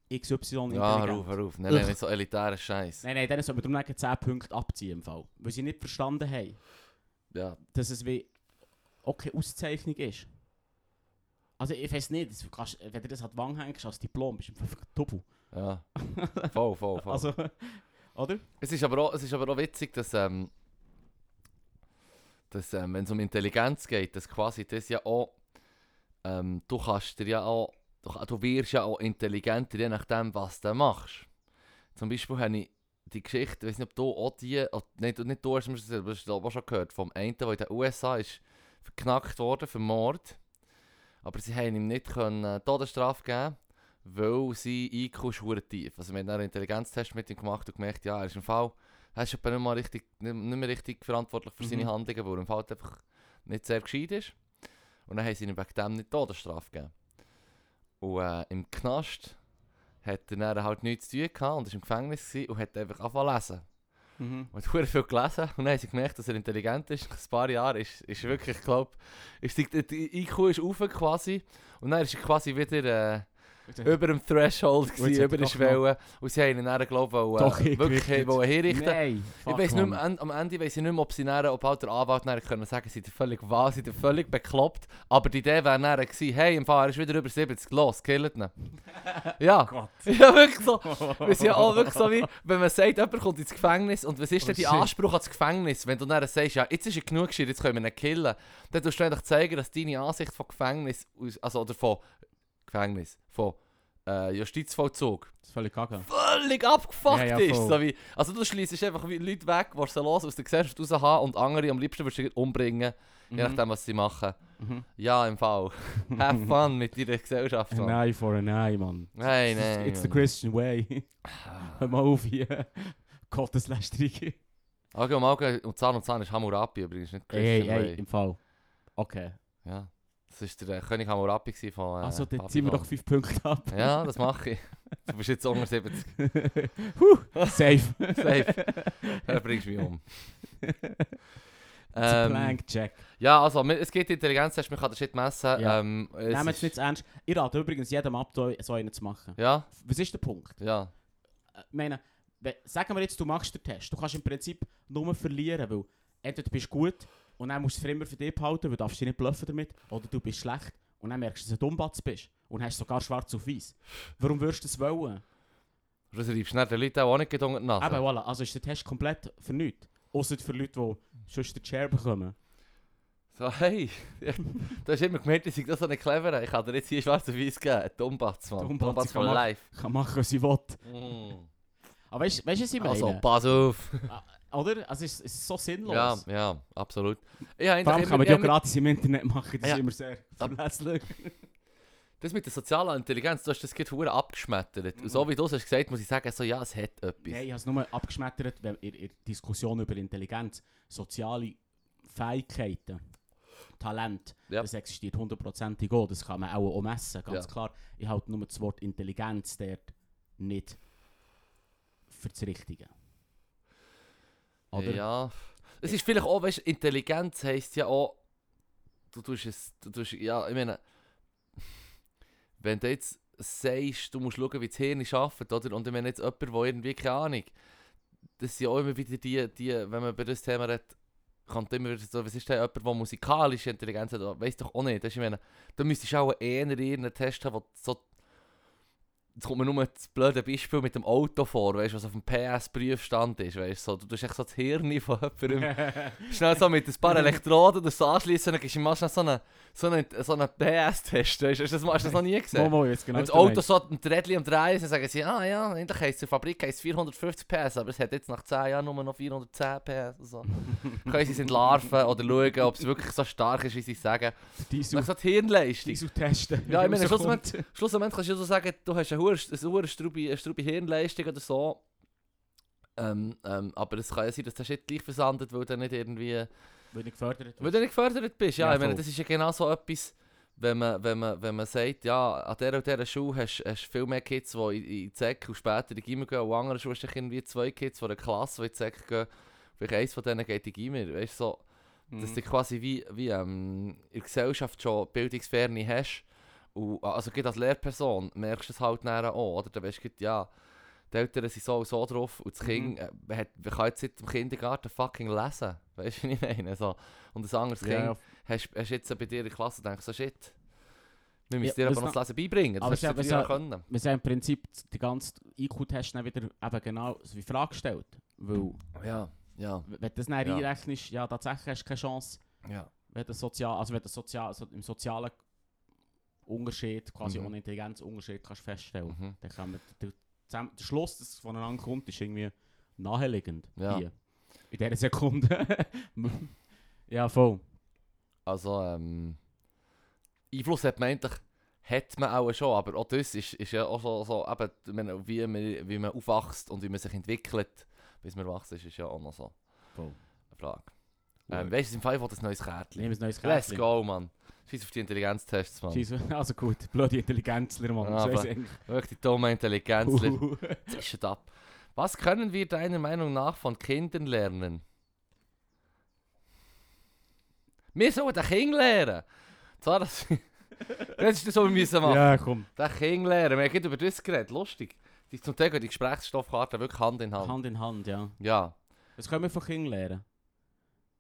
A: XY intelligent.
B: Ja, hör auf, hör auf. Nein,
A: Ugh.
B: nein, nicht so elitärer Scheiß.
A: Nein, nein, dann soll man darum nicht 10 Punkte abziehen im Fall. Weil sie nicht verstanden haben,
B: Ja.
A: dass es wie auch keine Auszeichnung ist. Also ich weiß nicht, das kannst, wenn du das an die Wange hängst als Diplom, bist du einfach doppel.
B: Ja. Voll, voll, voll.
A: Also, oder?
B: Es ist aber auch, es ist aber auch witzig, dass, ähm, dass ähm, wenn es um Intelligenz geht, dass quasi das ja auch, ähm, du kannst dir ja auch, du, du wirst ja auch intelligenter, je nachdem, was du machst. Zum Beispiel habe ich die Geschichte, ich weiß nicht, ob du auch die, oh, nicht, nicht du hast, aber du hast es auch schon gehört, vom einen, der in den USA ist verknackt worden für Mord, aber sie haben ihm nicht können, äh, Todesstrafe geben weil sein IQ ist hure tief. Also wir haben dann einen Intelligenztest mit ihm gemacht und gemerkt, ja, er ist im Fall, er ist etwa nicht, mal richtig, nicht, nicht mehr richtig verantwortlich für seine
A: Mhm.
B: Handlungen, weil er im Fall halt einfach nicht sehr gescheit ist. Und dann haben sie ihm wegen dem nicht Todesstrafe gegeben. Und äh, im Knast hat er dann halt nichts zu tun gehabt und war im Gefängnis gewesen und hat einfach angefangen zu lesen.
A: Mhm.
B: Und hat hure viel gelesen und dann haben sie gemerkt, dass er intelligent ist. Nach ein paar Jahren ist, ist wirklich, ich glaube, ist die, die- die IQ ist rauf quasi und dann ist er quasi wieder... Äh, über dem Threshold,
A: jetzt
B: gewesen,
A: hat
B: über
A: er
B: der
A: doch noch-
B: Schwelle. Und sie haben ihn dann, glaube ich,
A: Doch,
B: wollen, äh, wirklich
A: hingerichtet.
B: wollen hinrichten
A: Nein, fuck,
B: Ich weiß nicht
A: Mann.
B: mehr, an- am Ende weiß ich nicht mehr, ob sie dann, ob halt der Anwalt dann können sagen, sie sind völlig wahr, sie sind völlig bekloppt. Aber die Idee wäre dann gewesen, hey, im Fall, er ist wieder über 70, los, killt ihn. ja.
A: Gott.
B: ja, wirklich so. Wir sind ja auch wirklich so wie, wenn man sagt, jemand kommt ins Gefängnis und was ist denn
A: Oh,
B: dein
A: shit.
B: Anspruch ans Gefängnis, wenn du dann sagst, ja, jetzt ist er genug geschehen, jetzt können wir ihn killen. Dann tust du eigentlich zeigen, dass deine Ansicht von Gefängnis, aus- also oder von Gefängnis, von äh, Justizvollzug
A: Das ist völlig kacke.
B: völlig abgefuckt
A: Ja, ja,
B: ist.
A: voll.
B: So wie, also du schließt einfach wie Leute weg, die sie los aus der Gesellschaft raus haben und andere am liebsten würdest du umbringen, je nachdem, was sie machen.
A: Mhm.
B: Ja, im Fall. Have fun mit deiner Gesellschaft.
A: An
B: Mann.
A: eye for an eye, Mann.
B: Nein,
A: Genau. It's-
B: nein.
A: It's the
B: Mann.
A: Christian way. Hör mal auf hier. Gotteslästerung.
B: Auge um Auge und Zahn um Zahn ist Hammurabi übrigens, nicht
A: Ey,
B: Christian
A: ey,
B: Way.
A: im Fall. Okay.
B: Ja. Das war der äh, König Hammurabi gewesen von äh,
A: Also, dann ziehen wir doch 5
B: Babylon.
A: Punkte ab.
B: Ja, das mache ich. Du bist jetzt unter 70.
A: Huh, safe.
B: Safe. Dann bringst du mich um.
A: It's a
B: Ähm,
A: Plank check.
B: ja, also mi- es gibt Intelligenztests, man kann den Shit messen.
A: Ja.
B: Ähm, es
A: Nehmen wir
B: ist-
A: es nicht zu ernst. Ich rate übrigens jedem ab, so so einen zu machen.
B: Ja,
A: Was ist der Punkt?
B: ja.
A: Äh, Ich meine, we- sagen wir jetzt, du machst den Test. Du kannst im Prinzip nur verlieren, weil entweder du bist gut und dann musst du es für immer für dich behalten, weil du darfst dich nicht bluffen damit, oder du bist schlecht und dann merkst du, dass du ein Dummbatz bist und hast sogar schwarz auf weiß. Warum würdest du das wollen?
B: Das reibst du dann den Leuten auch nicht gerade unter die Nase.
A: Aber voilà, also ist der Test komplett für nichts. Außer für Leute, die sonst den Chair bekommen.
B: So, hey, du hast immer gemerkt, ich sei das so nicht clever. Ich kann dir jetzt hier schwarz auf weiß geben. Dummbatz, Mann.
A: Dummbatz,
B: Dummbatz
A: ich
B: for
A: kann mal-
B: life.
A: Kann machen, was ich will.
B: Mm.
A: Aber weißt weißt du, was ich meine?
B: Also, pass auf.
A: Oder? Also es ist, es ist so sinnlos.
B: Ja, ja, absolut. Ich habe
A: Vor allem
B: eigentlich
A: kann
B: immer-
A: man die auch
B: immer-
A: gratis im Internet machen, das
B: Ja.
A: ist immer sehr verlässlich.
B: Das mit der sozialen Intelligenz, du hast das gerade verdammt abgeschmettert. Und so wie du es hast gesagt, muss ich sagen, so, ja, es hat etwas.
A: Nein, ich habe es nur abgeschmettert wenn- in in der Diskussion über Intelligenz. Soziale Fähigkeiten, Talent,
B: Ja.
A: das existiert hundertprozentig auch, das kann man auch, auch messen, ganz
B: Ja.
A: klar. Ich halte nur das Wort Intelligenz dort nicht für das Richtige. Oder?
B: Ja. Es ist vielleicht auch, weißt du, Intelligenz heisst ja auch, du tust es, du tust, ja, ich meine, wenn du jetzt sagst, du musst schauen, wie das Hirn arbeitet, oder? Und ich meine jetzt jemand, der irgendwie, keine Ahnung, das sind ja auch immer wieder die, die, wenn man über das Thema redet, kommt immer wieder so, was ist denn jemand, der musikalische Intelligenz Ah, hat, weiss doch auch nicht, das ist, ich meine, da müsstest du auch eher irgendeinen Test haben, wo du so Jetzt kommt mir nur das blöde Beispiel mit dem Auto vor, weißt du, was auf dem PS-Prüfstand ist, weißt du, so, du tust echt so das Hirn von jemandem schnell so mit ein paar Elektroden das so anschließen, dann gibst du ihm mal schnell so einen, so einen, so einen PS-Test, weißt du, hast du das mal- hast du das noch nie gesehen?
A: Momo, jetzt genau.
B: Wenn das Auto so am Rädchen am Drehen ist, dann sagen sie, ah ja, eigentlich heisst die Fabrik heisst 450 PS, aber es hat jetzt nach 10 Jahren nur noch 410 PS. und So. Können sie es entlarven oder schauen, ob es wirklich so stark ist, wie sie sagen. Dann
A: Diesel,
B: so die Hirnleistung.
A: Diesel testen.
B: Ja, ich meine,
A: rauskommt.
B: schlussendlich, schlussendlich kannst du ja so sagen, du hast eine hohe Strube, eine Strube Hirnleistung oder so. Ähm, ähm, aber es kann ja sein, dass der Shit gleich versandet, weil du nicht irgendwie...
A: Weil du gefördert
B: Weil du nicht gefördert bist, ja.
A: Ja,
B: ich meine,
A: voll.
B: das ist ja genau so etwas, wenn man, wenn man, wenn man sagt, ja, an dieser und dieser Schule hast hast du viel mehr Kids, die in, in die Säcke und später in die Gimmer gehen. Und an anderen Schulen hast du irgendwie zwei Kids von einer Klasse, die in die Säcke gehen. Vielleicht eins von denen geht in die Gimmer. Weißt du, so,
A: Mhm.
B: dass du quasi wie, wie ähm, in der Gesellschaft schon Bildungsferne hast. Und, also gerade als Lehrperson merkst du es halt näher auch, oder? Dann weißt du, gerade, ja, die Eltern sind so und so drauf und das
A: Mhm.
B: Kind äh, hat, man kann jetzt seit dem Kindergarten fucking lesen. Weißt du, wie ich meine? So. Und ein anderes
A: Mhm. Ja, ja,
B: Kind hast, hast jetzt bei dir in der Klasse und denkst so, shit, wir müssen
A: Ja,
B: dir aber
A: was
B: noch das Lesen beibringen. Das
A: Aber
B: hast
A: es
B: du
A: ist
B: seit
A: ja-
B: drei Jahren können.
A: wir haben im Prinzip die ganzen IQ-Tests dann wieder eben genau so wie Frage gestellt. Weil,
B: Ja, ja,
A: wenn du das dann
B: Ja.
A: einrechnest, ja, tatsächlich hast du keine Chance,
B: ja.
A: wenn du sozial, also wenn du sozial, so im sozialen Unterschied, quasi
B: Mhm.
A: ohne Intelligenzunterschied kannst feststellen.
B: Mhm.
A: Dann kann man, der, zusammen- der Schluss, das voneinander kommt, ist irgendwie naheliegend.
B: Ja.
A: Hier. In dieser Sekunde. ja, voll.
B: Also, ähm, Einfluss hat man eigentlich, hat man auch schon, aber auch das ist, ist ja auch so, so eben, ich meine, wie, man, wie man aufwächst und wie man sich entwickelt, bis man wachsen ist, ist ja auch noch so
A: Voll.
B: eine Frage. Ähm, weißt du, im Fall von das neues Kärtchen.
A: Nehmen wir ein neues
B: Let's
A: Kästchen.
B: go, Mann. Scheiß auf die Intelligenztests, Mann.
A: Scheiss, Also gut, blöde Intelligenzler, Mann.
B: Ja,
A: so
B: aber-
A: ist eigentlich-
B: Wirklich die dumme Intelligenz.
A: Uhuhu.
B: Zischt ab. Was können wir deiner Meinung nach von Kindern lernen? Wir sollen den Kind lernen. Zwar das... das ist das, was wir müssen machen.
A: Ja, komm.
B: Den Kind lernen. Wir haben gerade über das geredet. Lustig. Die, zum Teil gehen die Gesprächsstoffkarten wirklich Hand in Hand.
A: Hand in Hand, ja.
B: Ja.
A: Was können wir von Kindern lernen?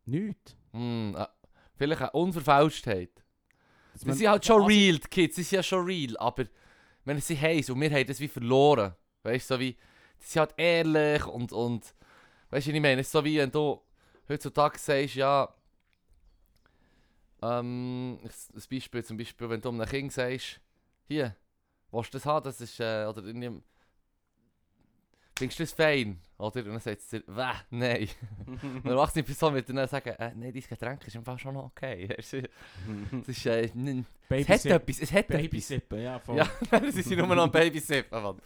A: Nichts.
B: Hm, äh, vielleicht eine Unverfälschtheit.
A: Dass
B: Sie
A: man-
B: sind halt schon
A: Ah,
B: real, die Kids, sie sind ja schon real, aber wenn sie heiß und wir haben das wie verloren. Weißt du, so wie, sie sind halt ehrlich und, und weißt du, was ich meine, es ist so wie wenn du heutzutage sagst, ja, ähm, ein Beispiel, zum Beispiel, wenn du einem Kind sagst, hier, willst du das haben, das ist, äh, oder irgendwie, findest du das fein, oder? Und dann sagt sie dir, weh, nein. Und dann wachst du die Person wird dann sagen, äh, nein, dein Getränk ist im Fall schon noch okay. Es ist, es ist äh, n- es hat
A: Babysippen.
B: etwas, es hat etwas.
A: Babysippen, ja, voll.
B: Ja, nein, sie sind nur noch am Babysippen. Mann.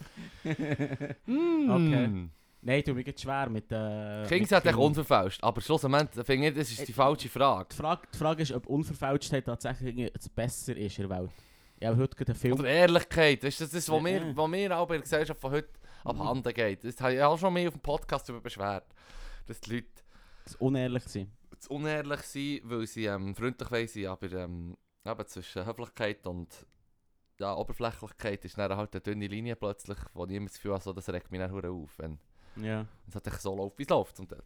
A: Hmm.
B: Hmm.
A: Okay. Nein, du, mir geht's schwer mit... Äh,
B: Kinder
A: mit
B: sind echt Ah,
A: Kindern.
B: unverfälscht, aber schlussendlich finde ich, das ist dus die falsche Frage.
A: Die Frage, die Frage ist, ob Unverfälschtheit tatsächlich irgendwie das Besser ist in der Welt. Ich habe heute gerade einen Film...
B: Oder Ehrlichkeit, weißt du, das ist, was
A: Ja,
B: mir,
A: ja.
B: was mir auch bei der Gesellschaft von heute abhanden geht. Das habe ich auch schon mehr auf dem Podcast darüber beschwert, dass die Leute
A: Das unehrlich sein.
B: zu unehrlich sind, weil sie ähm, freundlich wollen sein, aber ähm, eben zwischen Höflichkeit und ja, Oberflächlichkeit ist dann halt eine dünne Linie plötzlich, wo niemand das Gefühl hat, so, das regt mich dann verdammt auf, wenn
A: Ja.
B: es halt echt so läuft, wie es läuft. Und,
A: Ich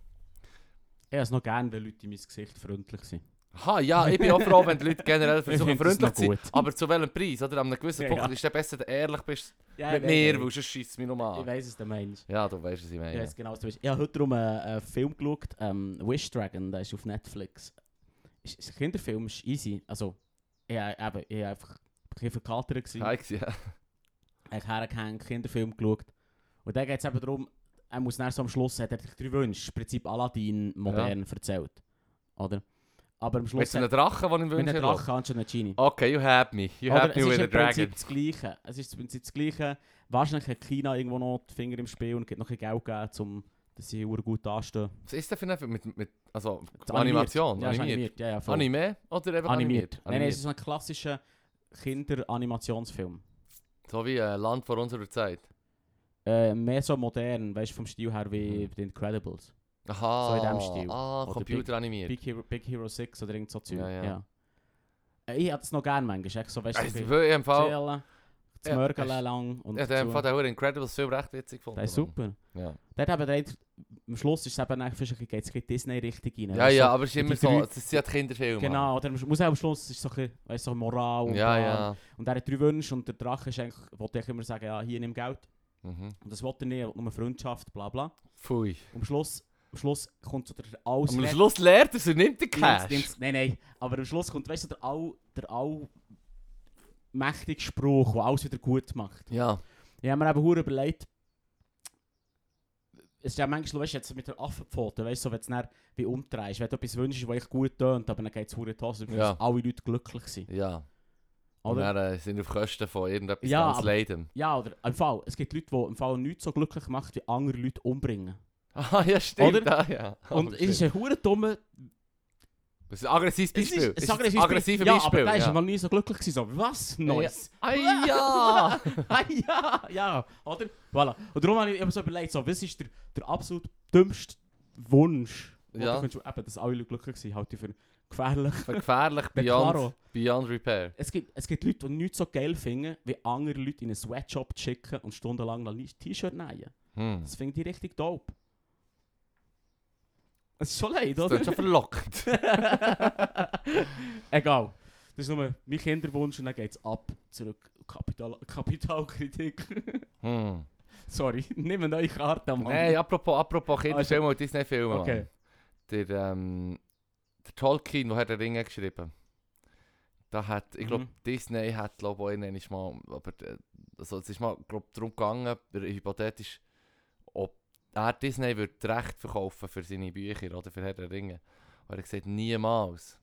A: habe es noch gerne, wenn Leute in mein Gesicht freundlich sind.
B: Aha, ja, ich bin auch froh, wenn die Leute generell versuchen,
A: finde das
B: freundlich
A: noch
B: zu sein.
A: gut.
B: Aber zu welchem Preis? Oder an einem gewissen
A: Ja,
B: Punkt
A: ja.
B: ist es besser, dass du ehrlich bist
A: Ja,
B: mit
A: ich
B: mir,
A: weiss,
B: weil sonst schießt es mich noch
A: Ich
B: an.
A: weiß es, der Mensch.
B: Ja, du weißt, was ich
A: Ich
B: meine.
A: weiß genau, was du bist. Ich habe heute darum einen, einen eh, Film geschaut, ähm, Wish Dragon, der ist auf Netflix. Ist, ist ein Kinderfilm, ist easy. Also, ich habe eben, ich habe einfach ein bisschen verkatert gewesen.
B: Ja, ich- ja.
A: Ich habe einen Kinderfilm geschaut. Und da geht es eben darum, er muss dann so am Schluss, hat er sich drei Wünsche, im Prinzip Aladdin modern erzählt. Oder? Aber am
B: Mit
A: Schluss...
B: so einem Drachen, den ich
A: mit
B: wünsche.
A: einem Drachen kannst du einen Genie.
B: Okay, you have me. Oh, You
A: Oder
B: have
A: es
B: me
A: ist
B: with a
A: im
B: dragon.
A: Prinzip das Gleiche. Es ist im Prinzip das Gleiche. Wahrscheinlich hat China irgendwo noch die Finger im Spiel und gibt noch ein bisschen Geld gegeben, um, dass sie verdammt gut dastehen.
B: Was ist denn für ein Film? Mit, mit, also,
A: Das
B: Animation?
A: Ja, es ist
B: animiert.
A: animiert. Ja, ja, voll.
B: Anime oder
A: animiert.
B: einfach animiert?
A: Nein, nein, es ist so ein klassischer Kinder-Animationsfilm.
B: So wie ein Land vor unserer Zeit.
A: Äh, mehr so modern, weißt du, vom Stil her wie
B: Mhm.
A: The Incredibles.
B: Aha.
A: So in dem Stil.
B: Ah,
A: Oder
B: computeranimiert.
A: Big Hero, Big Hero 6 oder irgend so Zeug.
B: Ja,
A: Ja,
B: ja.
A: Äh, Ich hätte es noch gerne manchmal, echt so, weißt du,
B: Also,
A: so
B: Ich
A: ein bisschen
B: will im Fall...
A: chillen, zu
B: Ja,
A: mörgeln
B: hast-
A: lang und
B: Ich habe
A: so.
B: den Incredibles Film recht witzig gefunden.
A: Das ist super.
B: Ja.
A: Dort haben wir am Schluss ist es eben eigentlich fast ein bisschen- geht's ein bisschen Disney-Richtung rein.
B: Ja,
A: weisst du,
B: ja, aber es ist
A: die
B: immer so,
A: drei-
B: es ist ja die Kinderfilme.
A: Genau, oder man muss auch am Schluss ist so ein bisschen, weisst du, so Moral und
B: Ja,
A: bla.
B: ja.
A: Und er hat drei Wünsche und der Drache ist eigentlich, wollte ich immer sagen, ja, hier nimm Geld.
B: Mhm.
A: Und das wollte er nicht, er will nur Freundschaft, bla bla.
B: Pfui.
A: Und am Schluss, am Schluss kommt so der alles
B: Am
A: Rett-
B: Schluss lernt er es und nimmt den
A: Nimm's,
B: Cash.
A: nimm's. Nein, nein. Aber am Schluss kommt, weißt du, der all, der all mächtige Spruch, der alles wieder gut macht.
B: Ja.
A: Ich habe mir eben hure überlegt, es ist ja manchmal, weißt du, jetzt mit der Affenpfote, weißt du, so, wenn du es dann wie umdrehst, wenn du etwas wünschst, was echt gut tönt, aber dann geht es hure Tasse, dann
B: Ja.
A: müssen alle Leute glücklich sein.
B: Ja. Und
A: Oder?
B: dann äh, sind auf Kosten von irgendetwas
A: Ja,
B: ganz
A: aber-
B: Leidem.
A: Ja, oder im Fall, es gibt Leute, die im Fall nichts so glücklich macht, wie andere Leute umbringen.
B: Ah, ja, stimmt.
A: Oder?
B: Ah, ja.
A: Und es ist
B: ein,
A: ein hure dumme
B: das ist ein aggressives
A: es
B: Beispiel.
A: ist
B: Es
A: ein aggressives
B: aggressives
A: Ja, aber
B: Beispiel.
A: der ist
B: ja.
A: mal nie so glücklich gewesen, so, was? Neues.
B: Ah, ja!
A: ah, ja, ja, oder? Voilà. Und darum habe ich eben so überlegt, so, was ist der, der absolut dümmste Wunsch? wo
B: Ja.
A: Du könntest, eben, dass alle Leute glücklich sind, halte ich für gefährlich.
B: Für gefährlich
A: Ja,
B: beyond,
A: klaro.
B: beyond Repair.
A: Es gibt, es gibt Leute, die nichts so geil finden, wie andere Leute in einen Sweatshop zu schicken und stundenlang ein T-Shirt nähen.
B: Hm.
A: Das finde ich richtig dope. Es ist schon leid,
B: Das
A: oder?
B: wird schon verlockt.
A: Egal. Das ist nur mein Kinderwunsch und dann geht es ab. Zurück. Kapital Kapitalkritik.
B: Hm.
A: Sorry, nimm eine neue Karte, Oh Mann.
B: Nein, apropos, apropos
A: Also-
B: Kinderfilme und Disney-Filme.
A: Okay.
B: Mann. Der, ähm, der Tolkien, der hat den Ring geschrieben. Da hat, ich glaube,
A: Mhm.
B: Disney hat, glaube ich, einen ist mal, aber, äh, also es ist mal, glaube darum gegangen, aber hypothetisch, ob er Disney wird die Rechte verkaufen für seine Bücher oder für Herr der Ringe. Und er hat gesagt, niemals.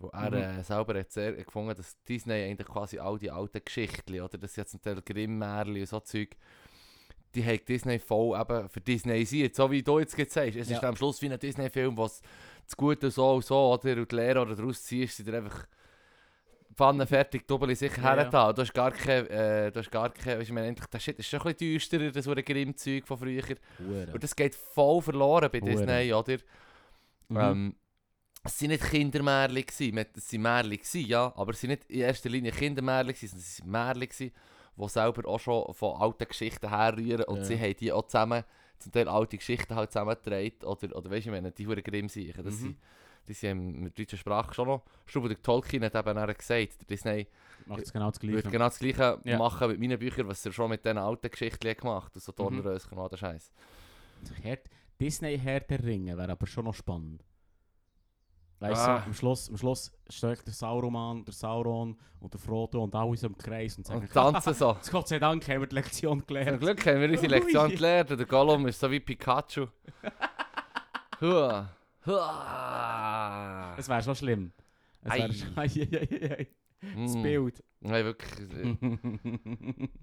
B: Wo er
A: Mhm.
B: äh, selber hat sehr gefunden, dass Disney eigentlich quasi all die alten Geschichten, oder das jetzt ein Teil Grimm-Märchen und so Zeug, die hat Disney voll eben für Disney sieht, so wie du jetzt gesagt hast. Es
A: Ja.
B: ist am Schluss wie ein Disney-Film, was das Gute so und so oder und die Lehre oder daraus ziehst, sind dir einfach Pfanne fertig, doppelt sicher
A: Ja, ja.
B: her da. Du hast gar kein, äh, du hast gar kein, weißt du, ich meine, eigentlich, der Shit ist schon ein bisschen düsterer, das wurde Grimm-Zeug von früher. Und das geht voll verloren bei
A: Hure.
B: Disney, oder?
A: Mhm.
B: Ähm, es waren nicht Kindermärchen, gewesen, mit- es waren Märchen, gewesen, ja, aber es waren nicht in erster Linie Kindermärchen, gewesen, sondern es waren Märchen, gewesen, die selber auch schon von alten Geschichten herrühren und
A: Ja.
B: sie haben die auch zusammen, zum Teil alte Geschichten halt zusammengetragen oder, oder weißt du, ich meine, die Huren Grimmseichen, das
A: Mhm.
B: sind, die sind mit deutscher Sprache schon noch, schon wo der Tolkien hat eben dann gesagt, der Disney
A: Macht es genau das
B: würde
A: Gleiche.
B: genau das gleiche
A: Ja.
B: machen mit meinen Büchern, was er schon mit diesen alten Geschichten gemacht hat, und so oh,
A: Mhm.
B: Dornröschen und all der Scheiß.
A: Herr, Disney Herr der Ringe wäre aber schon noch spannend. Weißt
B: Ah.
A: du, am Schluss, am Schluss steigt der Sauroman, der Sauron und der Frodo und alle so im Kreis und sagen,
B: Und tanzen so.
A: "Jetzt Gott sei Dank haben wir die Lektion
B: Zum
A: gelernt.
B: Glück haben wir unsere
A: Ui.
B: Lektion gelernt. Der Gollum ist so wie Pikachu. Hua. Hua.
A: Es wäre schon schlimm. Es
B: Ei.
A: wäre schon... Ei, ei, ei, ei. Das
B: Mm.
A: Bild.
B: Nein,
A: Hm.
B: wirklich.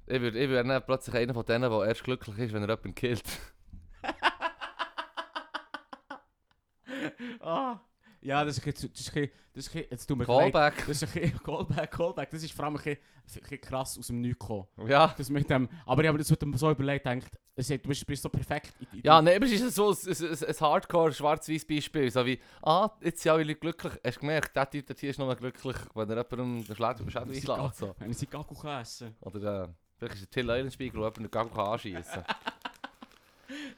B: Ich würde ich würd dann plötzlich einer von denen, der erst glücklich ist, wenn er jemanden killt.
A: ah. Ja, das ist ein bisschen... zu- Das ist ein bisschen... Das ist ein bisschen... Jetzt tut mir leid.
B: Callback.
A: Das ist ein bisschen... dus Callback, Callback. Dus Das ist vor allem ein bisschen, ein bisschen krass aus dem Nichts gekommen.
B: Ja.
A: Das mit dem, aber ich habe mir das mit dem so überlegt, denkt, du bist, bist so perfekt. in- in-
B: Ja, nein, aber es ist so ein, ein, ein hardcore schwarz weiß beispiel So wie, ah, jetzt sind alle Leute glücklich. Hast du gemerkt, der Typ dort hier ist nur glücklich, wenn er jemandem den Schläger über den Schädel einschlägt. So.
A: Wenn ich sie Gaku kann essen
B: Oder äh, vielleicht ist der Till Eulenspiegel, der jemanden gar nicht anschießen kann.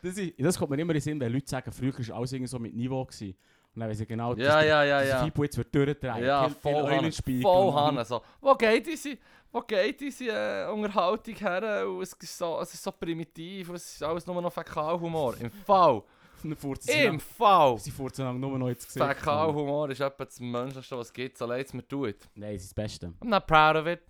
A: das, ist, das kommt mir immer in den Sinn, wenn Leute sagen, früher war alles irgendwie so mit Niveau. Gewesen. Und dann wissen sie genau,
B: Ja,
A: dass
B: ja, ja,
A: der- dass
B: ja.
A: der Fibu jetzt wird durchdrehen.
B: Ja,
A: Till- Till
B: voll Hanne.
A: Eulenspiegel.
B: Voll Hanne. So, wo geht unsere, wo geht unsere äh, Unterhaltung her? eh, Und es, ist so, es ist so primitiv, und es ist alles nur noch Fäkalhumor. Im Fall,
A: Und dann furzen sie
B: im
A: nach-
B: Fall,
A: Sie furzen dann nur noch ins Gesicht.
B: Fäkalhumor ist etwa das Menschlichste, was es gibt, so leid es mir tut.
A: Nein, es ist das Beste.
B: I'm not proud of it.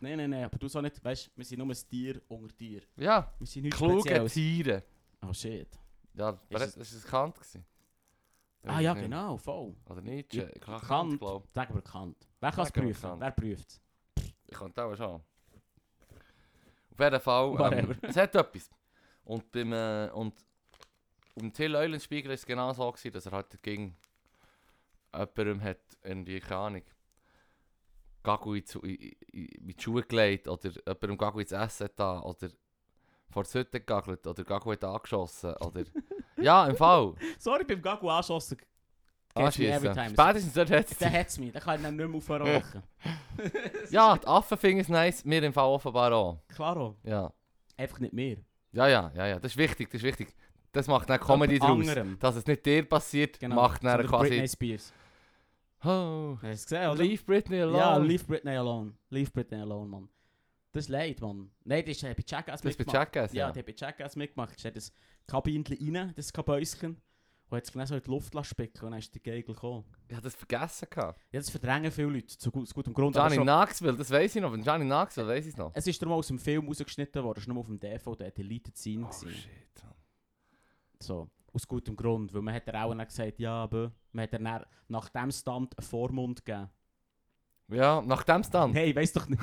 A: Nein, nein, nein, aber du so nicht, weißt du, wir sind nur ein Tier unter Tier.
B: Ja,
A: Wir sind nichts
B: kluge
A: Spezielles.
B: Tiere.
A: Oh shit.
B: Ja, aber
A: es-
B: das war ein Kant. Gewesen.
A: Ah ja, genau, voll.
B: Oder Nietzsche.
A: Ja,
B: Kant,
A: Kant.
B: glaube
A: Sag aber Kant. Wer kann es
B: Sag aber
A: prüfen?
B: Kant.
A: Wer prüft es?
B: ich. Ich konnte auch schon. Auf jeden Fall, ähm,
A: Whatever.
B: es hat etwas. Und beim, äh, und, und Till Eulenspiegel war es genau so, gewesen, dass er halt gegen jemandem hat, irgendwie, keine Ahnung, Gagu in, zu- in, in, in die Schuhe gelegt oder jemandem Gagu ins Essen da oder vor die Hütte gegagelt oder Gagu hat angeschossen oder... eh, ja, im Fall.
A: Sorry, beim Gagu anschossen. Gets me every time.
B: Anschiessen. Spätestens dort hat
A: Dann hat es mich, dann kann ich dann nicht mehr aufhören
B: Eh.
A: zu lachen.
B: Ja, die Affen finden es nice, wir im Fall offenbar auch.
A: Klaro,
B: Ja.
A: einfach nicht mehr.
B: Ja, ja, ja, ja, das ist wichtig, das ist wichtig. Das macht dann Comedy
A: Jemand
B: draus.
A: anderem.
B: Dass es nicht dir passiert,
A: Genau.
B: macht dann
A: Sondern Britney
B: quasi...
A: Spears.
B: Oh,
A: Hast du es gesehen, oder?
B: leave Britney alone.
A: Ja, leave Britney alone. Leave Britney alone, Mann. Das ist leid, Mann. Nein, das ist äh, bei Jackass
B: Das ist bei
A: mitgemacht.
B: Jackass,
A: Ja,
B: ja.
A: die hat bei Jackass mitgemacht. Sie hat das Kabinchen rein, das Kabäuschen. Und hat es genau so in die Luft lassen spicken und dann ist der Gegel gekommen.
B: Ich habe das vergessen. gehabt.
A: Ja, das verdrängen viele Leute, zu, gu- zu gutem Grund. aber
B: Johnny
A: schon-
B: Knoxville, das weiß ich noch. Von Johnny Knoxville weiß ich es noch.
A: es ist darum aus dem Film rausgeschnitten worden, es ist nur auf dem DV, der hat Elite Scene
B: Oh
A: gewesen.
B: shit. Mann.
A: So, aus gutem Grund, weil man hat er auch dann gesagt, ja, aber man hat er dann nach dem Stand einen Vormund gegeben.
B: Ja, nach dem Stand.
A: Hey, weiss doch nicht.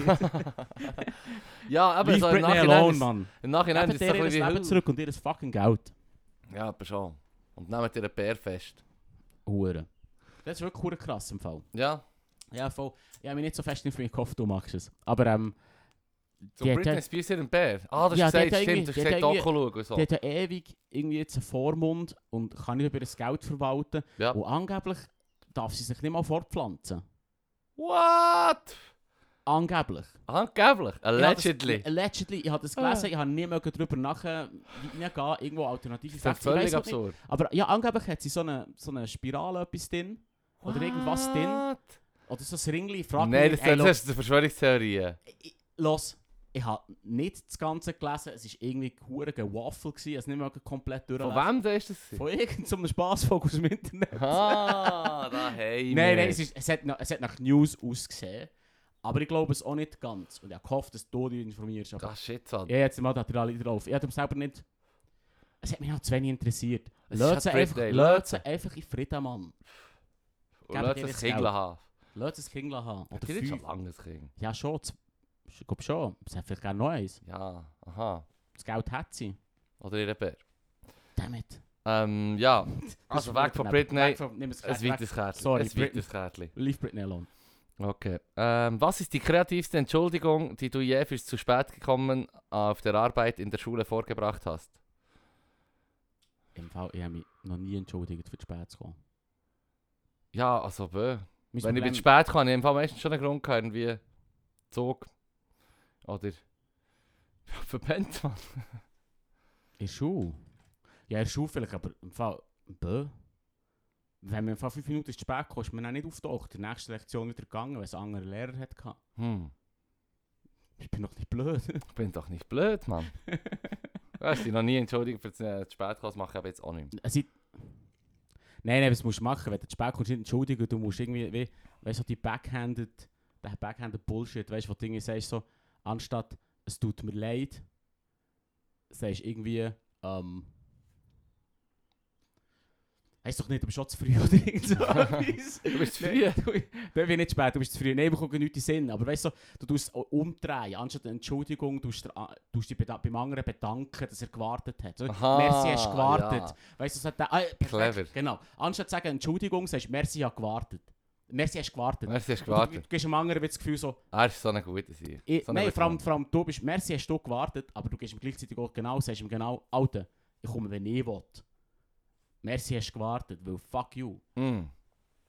B: Ja, aber
A: Leave
B: so im
A: Britney
B: Nachhinein
A: alone,
B: ist-
A: Mann.
B: Im Nachhinein
A: Nehmen
B: ist es
A: dir
B: so ein
A: ihr
B: bisschen
A: Leben
B: wie
A: zurück und ihr fucking Geld.
B: Hull. Ja, aber schon. Und nehmt ihr einen Bär fest.
A: Hure. Das ist wirklich hure krass im Fall.
B: Ja,
A: Ja, voll. Ich habe mich nicht so fest in den Kopf, du machst es. Aber ähm,
B: so
A: Die hat
B: Britney
A: ja-
B: Spears hat einen Bär. Ah, das
A: Ja,
B: hast
A: die
B: du
A: hat
B: gesagt,
A: ja
B: stimmt.
A: irgendwie-
B: Du hast gesagt,
A: die hat ja
B: Doku schauen und so.
A: die hat ja ewig irgendwie jetzt einen Vormund und kann nicht über das Geld verwalten.
B: Ja.
A: Und angeblich darf sie sich nicht mal fortpflanzen.
B: What?
A: Angeblich.
B: Angeblich.
A: Ich habe das-
B: Allegedly.
A: allegedly. Ich habe das gelesen, ich habe nie mögen darüber nachgehen, irgendwo alternative
B: Das ist
A: Facts. Ich weiss
B: völlig
A: auch nicht.
B: absurd.
A: Aber ja, angeblich hat sie so eine, so eine Spirale etwas drin. Oder irgendwas drin.
B: What?
A: Oder so ein Ringli. Frag
B: Nein,
A: mich nicht.
B: das,
A: Ey,
B: das,
A: schau,
B: das ist eine Verschwörungstheorie.
A: ich- Los, ich habe nicht das Ganze gelesen. Es war irgendwie ein Waffel. gewesen, Ich habe es nicht mehr komplett
B: Von
A: durchlesen.
B: wem da ist das?
A: Von irgendeinem Spaßfokus im Internet.
B: Ah, da hey.
A: Nein, nein, es, ist, es, hat, nach- es hat nach News ausgesehen. Aber ich glaube es auch nicht ganz. Und ich hoffe, dass du dich informierst. Aber
B: Ah, shit, Mann.
A: ja, jetzt mal da alle drauf. Ich habe selber nicht... Es hat mich noch zu wenig interessiert.
B: Es
A: Lass
B: ist
A: sie
B: halt
A: einfach,
B: Friday,
A: lass
B: lass
A: sie einfach in Frieden, Mann.
B: Und
A: Geben
B: lass
A: dir
B: das
A: das
B: Kind
A: Geld.
B: haben.
A: Lass das Kind haben. Oder
B: Das ist schon
A: fünf.
B: lange das Kind.
A: Ja, schon. z- Ich glaube schon. Es hat vielleicht gerne noch eins.
B: Ja, aha.
A: Das Geld hat sie.
B: Oder ihr Bär.
A: Damn it.
B: Ähm, ja. Also weg von Britney.
A: Weg von- nimm es
B: Ein
A: weg.
B: weites Kärtchen.
A: Äh, Sorry,
B: ein
A: Britney.
B: weites Kärtchen.
A: Leave Britney alone.
B: Okay. Ähm, was ist die kreativste Entschuldigung, die du je fürs zu spät gekommen äh, auf der Arbeit in der Schule vorgebracht hast?
A: Im Fall, ich habe mich noch nie entschuldigt, für zu spät zu kommen.
B: Ja, also bö.
A: Mein
B: Wenn ich
A: Problem-
B: bin zu spät kann, ich im Fall meistens schon einen Grund gehabt, irgendwie Zug oder verpennt man.
A: In der Schule? Ja, in der Schule vielleicht, aber im Fall... Bö. Wenn wir im Fall fünf Minuten zu spät kommen, ist man dann nicht aufgetaucht. In der nächsten Lektion wieder gegangen, weil es einen anderen Lehrer hatte.
B: Hm,
A: Ich bin noch nicht blöd.
B: ich bin doch nicht blöd, Mann. Weißt du, noch nie entschuldigt für das, äh, zu spät kommen, das mache ich aber jetzt auch nicht. mehr.
A: Also, ich- nein, nein, was musst du machen? Wenn du zu spät kommst, nicht entschuldigen, du musst irgendwie, wie, weißt du, die Backhanded, der Backhanded Bullshit, weißt du, wo du Dinge sagst, so, anstatt es tut mir leid, sagst du irgendwie, ähm, Heißt doch nicht, du bist schon zu früh oder irgend so etwas.
B: Du bist zu
A: Nein, du- Du bist nicht zu spät, du bist zu früh. Nein, wir kommen nicht in den Sinn. Aber weißt du, du tust es auch umdrehen. Anstatt eine Entschuldigung, tust du tust dich beda- beim anderen bedanken, dass er gewartet hat. So,
B: Aha,
A: merci, hast gewartet.
B: ja.
A: Weißt du, es hat der. Ah, perfekt,
B: Clever.
A: Genau. Anstatt zu sagen Entschuldigung, sagst du Merci, ich habe gewartet. Merci, hast gewartet.
B: Merci, hast
A: Und Du,
B: gewartet.
A: du gibst dem anderen wieder das Gefühl so.
B: Er ist so ein guter Sieg.
A: Ich,
B: so ein
A: nein,
B: guter
A: vor allem,
B: Mann.
A: vor allem, du bist Merci, hast du gewartet, aber du gibst ihm gleichzeitig auch genau, sagst ihm genau, Alter, ich komme, wenn ich will. Merci, hast gewartet, weil fuck you.
B: Hm,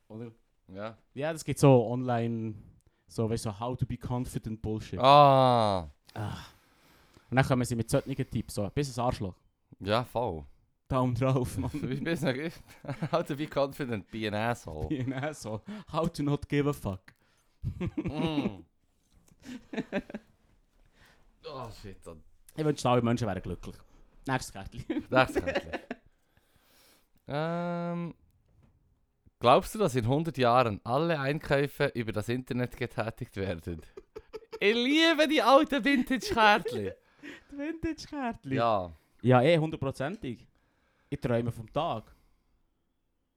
A: Oder?
B: Ja.
A: Ja, das geht so online, so, weißt du, so how to be confident Bullshit.
B: Ah,
A: Und dann kommen sie mit solchen Tipps, so, bis ein Arschloch.
B: ja, voll.
A: Daumen drauf, Mann.
B: Du bist noch How to be confident, be an asshole.
A: Genau so. How to not give a fuck.
B: Mm. oh shit, dat
A: Ich wünschte, alle Menschen wären glücklich. Nächstes Kärtchen.
B: das könnte. ähm, glaubst du, dass in 100 Jahren alle Einkäufe über das Internet getätigt werden? ich liebe die alten Vintage-Kärtchen.
A: Die Vintage-Kärtchen. Ja.
B: ja,
A: ja, eh, hundertprozentig. Ich träume vom Tag.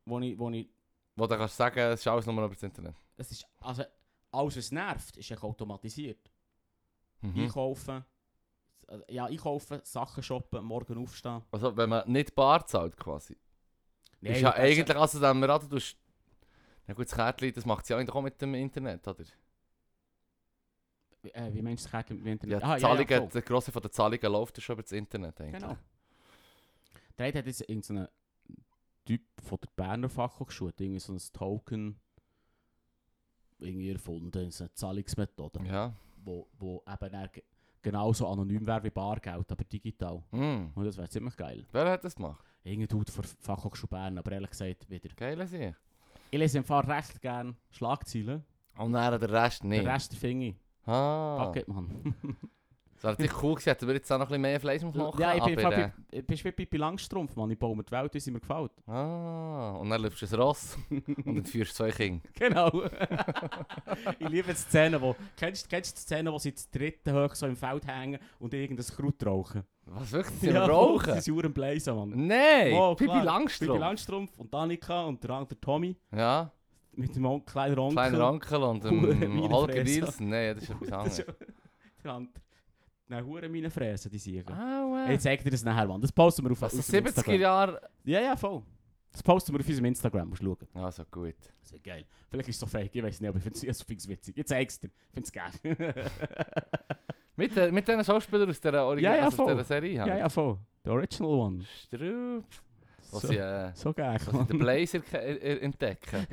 A: Wo ich, wo ich,
B: wo du kannst sagen, es ist alles nur noch über das Internet.
A: es ist, also, alles was nervt, ist echt automatisiert.
B: Mhm.
A: Einkaufen, also, ja, einkaufen, Sachen shoppen, morgen aufstehen.
B: Also, wenn man nicht bar zahlt quasi.
A: Nein,
B: ist ja
A: das-
B: eigentlich, also dann wir raten, du hast- Na gut, das Kärtchen, das macht sie ja eigentlich auch mit dem Internet, oder?
A: Äh, wie meinst du das Kärtchen mit dem
B: Ja,
A: Internet?
B: die
A: Ah,
B: Zahlungen,
A: voll.
B: der grosse von der Zahlungen läuft ja schon über das Internet eigentlich.
A: Genau. Der eine hat jetzt irgendeinen Typ von der Berner Fachhochschule geschult, irgendwie so ein Token irgendwie erfunden, so eine Zahlungsmethode,
B: Ja.
A: wo, wo eben dann ge- genauso anonym wäre wie Bargeld, aber digital.
B: Mm.
A: Und das wäre ziemlich geil.
B: Wer hat das gemacht?
A: Irgendein Dude von Fachhochschule Bern, aber ehrlich gesagt wieder.
B: Geil sie.
A: Ich lese im Fall recht gerne Schlagzeilen.
B: Und dann der Rest nicht.
A: Den Rest finde ich.
B: Ah.
A: Packet, Mann.
B: Das wäre natürlich cool gewesen, hätten wir jetzt auch noch ein bisschen mehr Fleisch am Knochen.
A: ja, ich bin,
B: aber,
A: aber,
B: äh,
A: ich, bist wie Pippi Langstrumpf, Mann. Ich baue mir die Welt, wie sie mir gefällt.
B: Ah, und dann läufst du ein Ross und entführst zwei Kinder.
A: Genau. ich liebe die Szene, wo... Kennst, kennst du die Szene, wo sie zu dritten hoch so im Feld hängen und irgendein Kraut rauchen?
B: Was, wirklich? Sie rauchen?
A: Das ist Juren Blazer, Mann.
B: Nein!
A: Oh,
B: Pippi
A: klar.
B: Langstrumpf.
A: Pippi Langstrumpf und Danica und der andere Tommy
B: Ja,
A: mit dem Onkel, kleinen Onkel.
B: kleiner Onkel ah, und
A: Hure
B: ähm,
A: Minenfräser.
B: Holger Nielsen. Nein, das ist etwas
A: Das
B: anderes.
A: ist ja... Nein, Huren meine Fräse, die Sieger.
B: Aua.
A: Hey, Ich zeig dir das nachher, Mann. Das posten wir auf,
B: Was,
A: auf
B: das
A: dem
B: 70er
A: Instagram.
B: Jahre?
A: Ja, ja, voll. Das posten wir auf unserem Instagram, musst du schauen.
B: Ah, so gut.
A: Das ist geil. Vielleicht ist es so fake, ich weiß nicht, aber ich finde es so fix witzig. Ich zeig's dir. Ich finde es geil.
B: Mit, den- mit diesen Schauspielern aus dieser, Origi
A: Ja, ja,
B: also aus
A: voll.
B: dieser eh, Serie.
A: ja,
B: halt.
A: ja, voll. The original one.
B: Strupp. Was
A: So,
B: sie, äh,
A: so geil.
B: was sie
A: Mann.
B: den Blazer ke- äh, äh, entdecken.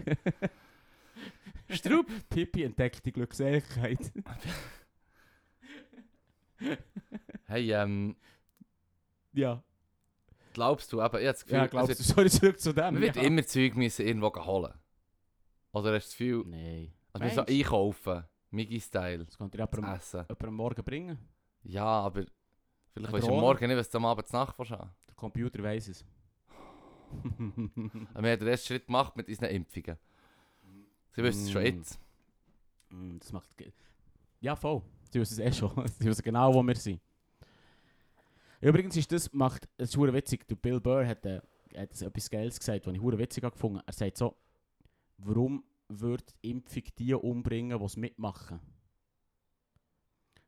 B: Strupp.
A: Pippi entdeckt die Glückseligkeit.
B: Hey, ähm,
A: ja.
B: glaubst du, aber ich habe das Gefühl,
A: Ja,
B: es
A: glaubst
B: wird-
A: du, sorry, zurück zu dem.
B: man wird
A: ja.
B: immer Zeug müssen irgendwo holen. Oder hast du das Gefühl,
A: Nein.
B: also wir müssen
A: Meinst
B: einkaufen, Migi-Style,
A: Das könnte ich jemandem,
B: essen.
A: jemandem morgen bringen.
B: Ja, aber vielleicht
A: Eine
B: weißt du am
A: Drohne?
B: Morgen nicht, was du am Abend zu Nacht willst haben.
A: Der Computer weiß es. Mm,
B: Aber Wir haben den ersten Schritt gemacht mit unseren Impfungen. Sie wissen es schon
A: Mm.
B: jetzt.
A: Mm, das macht. ge- Ja, voll. Sie wissen es eh schon. Sie wissen genau, wo wir sind. Übrigens ist das, macht, es ist hure witzig, der Bill Burr hat, äh, hat so etwas Geiles gesagt, was ich hure witzig habe gefunden. Er sagt so, warum würde die Impfung die umbringen, die es mitmachen?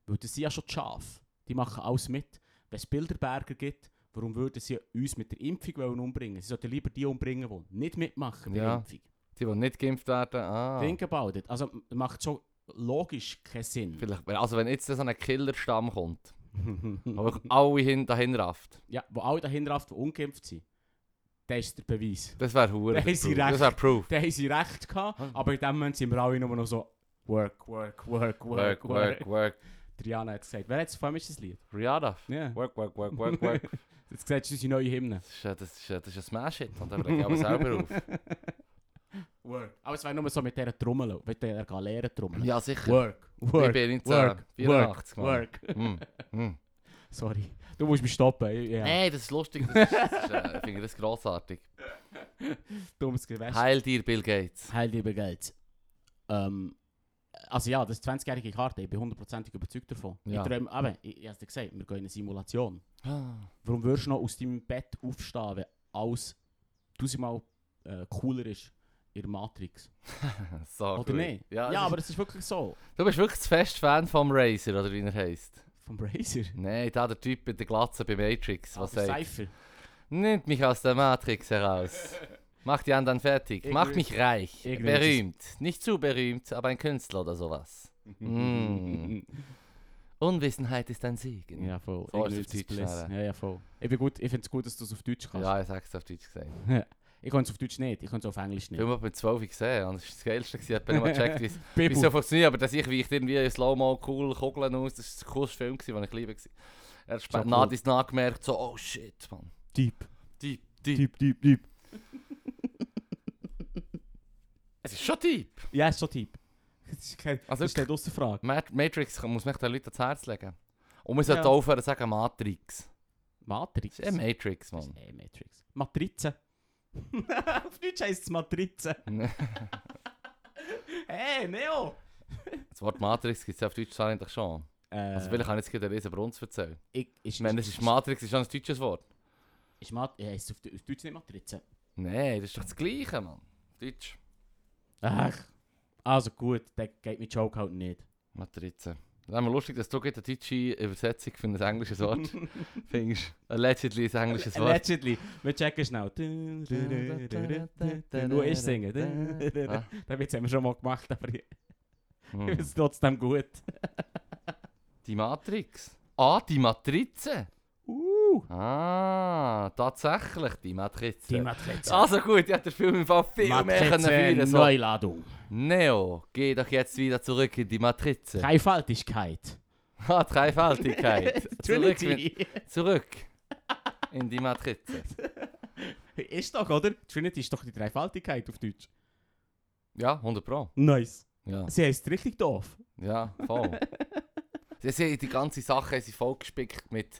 A: Weil das sind ja schon die Schafe. Die machen alles mit. Wenn es Bilderberger gibt, warum würden sie uns mit der Impfung wollen umbringen? Sie sollten lieber die umbringen, die nicht mitmachen bei der
B: Ja.
A: Impfung.
B: Die, die nicht geimpft werden, ah.
A: Think about it. Also m- macht schon logisch keinen Sinn.
B: Vielleicht, also wenn jetzt so ein Killerstamm kommt,
A: Mm.
B: wo ich alle hin, dahin rafft,
A: ja, wo alle dahinter rafft, die ungeimpft sind, das ist der Beweis.
B: das wäre hure.
A: Da
B: der
A: haben sie
B: Proof.
A: recht.
B: Das wäre Proof.
A: Da haben sie recht gehabt,
B: Hm.
A: aber in dem Moment sind wir alle nur noch so Work, Work, Work, Work, Work.
B: Work, work, work.
A: Triana hat gesagt. Wer hat es vorhin ist das Lied?
B: Rihanna.
A: Ja.
B: Work, work, work, work, work.
A: Jetzt gesagt, es ist unsere neue Hymne.
B: Das ist, äh, das ist, äh, das ist ein Smash-Hit. Und da lege ich aber selber auf.
A: Work. Aber es wäre nur so mit dieser Trommel, mit dieser Galerentrommel.
B: Ja, sicher.
A: Work,
B: ich
A: Work,
B: bin jetzt äh,
A: Work, Work,
B: 84 Mann.
A: Work.
B: Mm,
A: hm.
B: mm.
A: Sorry. Du musst mich stoppen. Ich- Ja.
B: Nein, das ist lustig. Das ist, das ist, äh, ich finde das grossartig.
A: Dummes Gewäsch.
B: Heil dir, Bill Gates.
A: Heil dir Geld. Ähm, also ja, das ist 20-jährige Karte, ich bin hundertprozentig überzeugt davon.
B: Ja.
A: Ich träume, eben, ich, ich habe es dir gesagt, wir gehen in eine Simulation.
B: Ah.
A: Warum würdest du noch aus deinem Bett aufstehen, wenn alles tausendmal äh, cooler ist in der Matrix?
B: So
A: Oder
B: gut.
A: nicht? Ja,
B: Ja, das
A: aber es ist wirklich so.
B: ist, du bist wirklich zu fest Fan vom Razer, oder wie er heisst.
A: Vom Razer.
B: Nein, da der Typ mit der Glatze bei Matrix, was
A: Ah, der
B: sagt.
A: Cypher.
B: Nimmt mich aus der Matrix heraus. Mach die anderen fertig.
A: Irgendwie-
B: Mach mich reich.
A: irgendwie-
B: Berühmt. Nicht zu berühmt, aber ein Künstler oder sowas. Mm. Unwissenheit ist ein Segen.
A: Ja, voll.
B: So
A: Ignorance
B: ist es auf
A: is
B: Deutsch,
A: bliss.
B: oder?
A: Ja, ja, voll. Ich, bin gut- ich finde es gut, dass du es auf Deutsch kannst.
B: Ja, ich sag's auf Deutsch gesehen.
A: Ich kann es auf Deutsch nicht, ich kann es auf Englisch
B: Ich
A: nicht.
B: habe mit 12 gesehen und das war das Geilste. gewesen. Ich habe nicht mal gecheckt, wie es- wie es
A: Bibu.
B: so funktioniert. Aber dass ich weicht irgendwie in Slow-Mo cool Kugeln aus. Das war der coolste Film, gewesen, den ich liebe. gewesen. Er hat
A: So
B: spät
A: cool.
B: Nadis nachgemerkt, so, oh shit, man.
A: Deep.
B: Deep, deep.
A: Deep, deep, deep.
B: Es ist schon deep.
A: Ja, ist so Typ. Das ist kein-
B: Also
A: das steht außer Frage.
B: Mat- Matrix muss man den Leuten ans Herz legen. Und wir sollten
A: Ja.
B: aufhören zu sagen Matrix.
A: Matrix.
B: Das ist eh Matrix,
A: Das
B: Mann.
A: ist eh Matrix. Matrize. Auf Deutsch heisst es Matrize. Hey, Neo!
B: Das Wort Matrix gibt es ja auf Deutsch eigentlich schon.
A: Äh,
B: Also vielleicht kann ich jetzt gerade einen riesen Brunz erzählen.
A: ich, ist,
B: Ich meine,
A: ist,
B: es ist Matrix ist schon ein deutsches Wort.
A: ist Mat ja, heisst es auf, auf Deutsch nicht Matrize.
B: Nein, das ist doch das Gleiche, Mann. Deutsch.
A: Ach. ah, Also gut, der geht mit Joke halt nicht.
B: Matrize. Das ist immer lustig, dass du gerade eine deutsche Übersetzung für ein englisches Wort findest. Allegedly ist ein englisches Wort.
A: Allegedly. Wir checken nou. schnell. Nur ich singen.
B: Ah.
A: Den Witz haben wir schon mal gemacht, aber ich
B: Hm.
A: finde es trotzdem gut.
B: Die Matrix. Ah, die Matrize.
A: Uh!
B: Ah, tatsächlich die Matrize.
A: Die Matrize.
B: also gut, ich hätte den Film im Fall viel mehr können feiern so.
A: Neuladung.
B: Neo, geh doch jetzt wieder zurück in die Matrize.
A: Dreifaltigkeit.
B: Ah, Dreifaltigkeit. zurück, mit,
A: Trinity.
B: zurück in die Matrize.
A: Ist doch, oder? Trinity ist doch die Dreifaltigkeit auf Deutsch.
B: Ja, 100 Pro.
A: Nice.
B: Ja,
A: Sie heisst richtig doof.
B: ja voll. Sie sie- die ganze Sache haben sie vollgespickt mit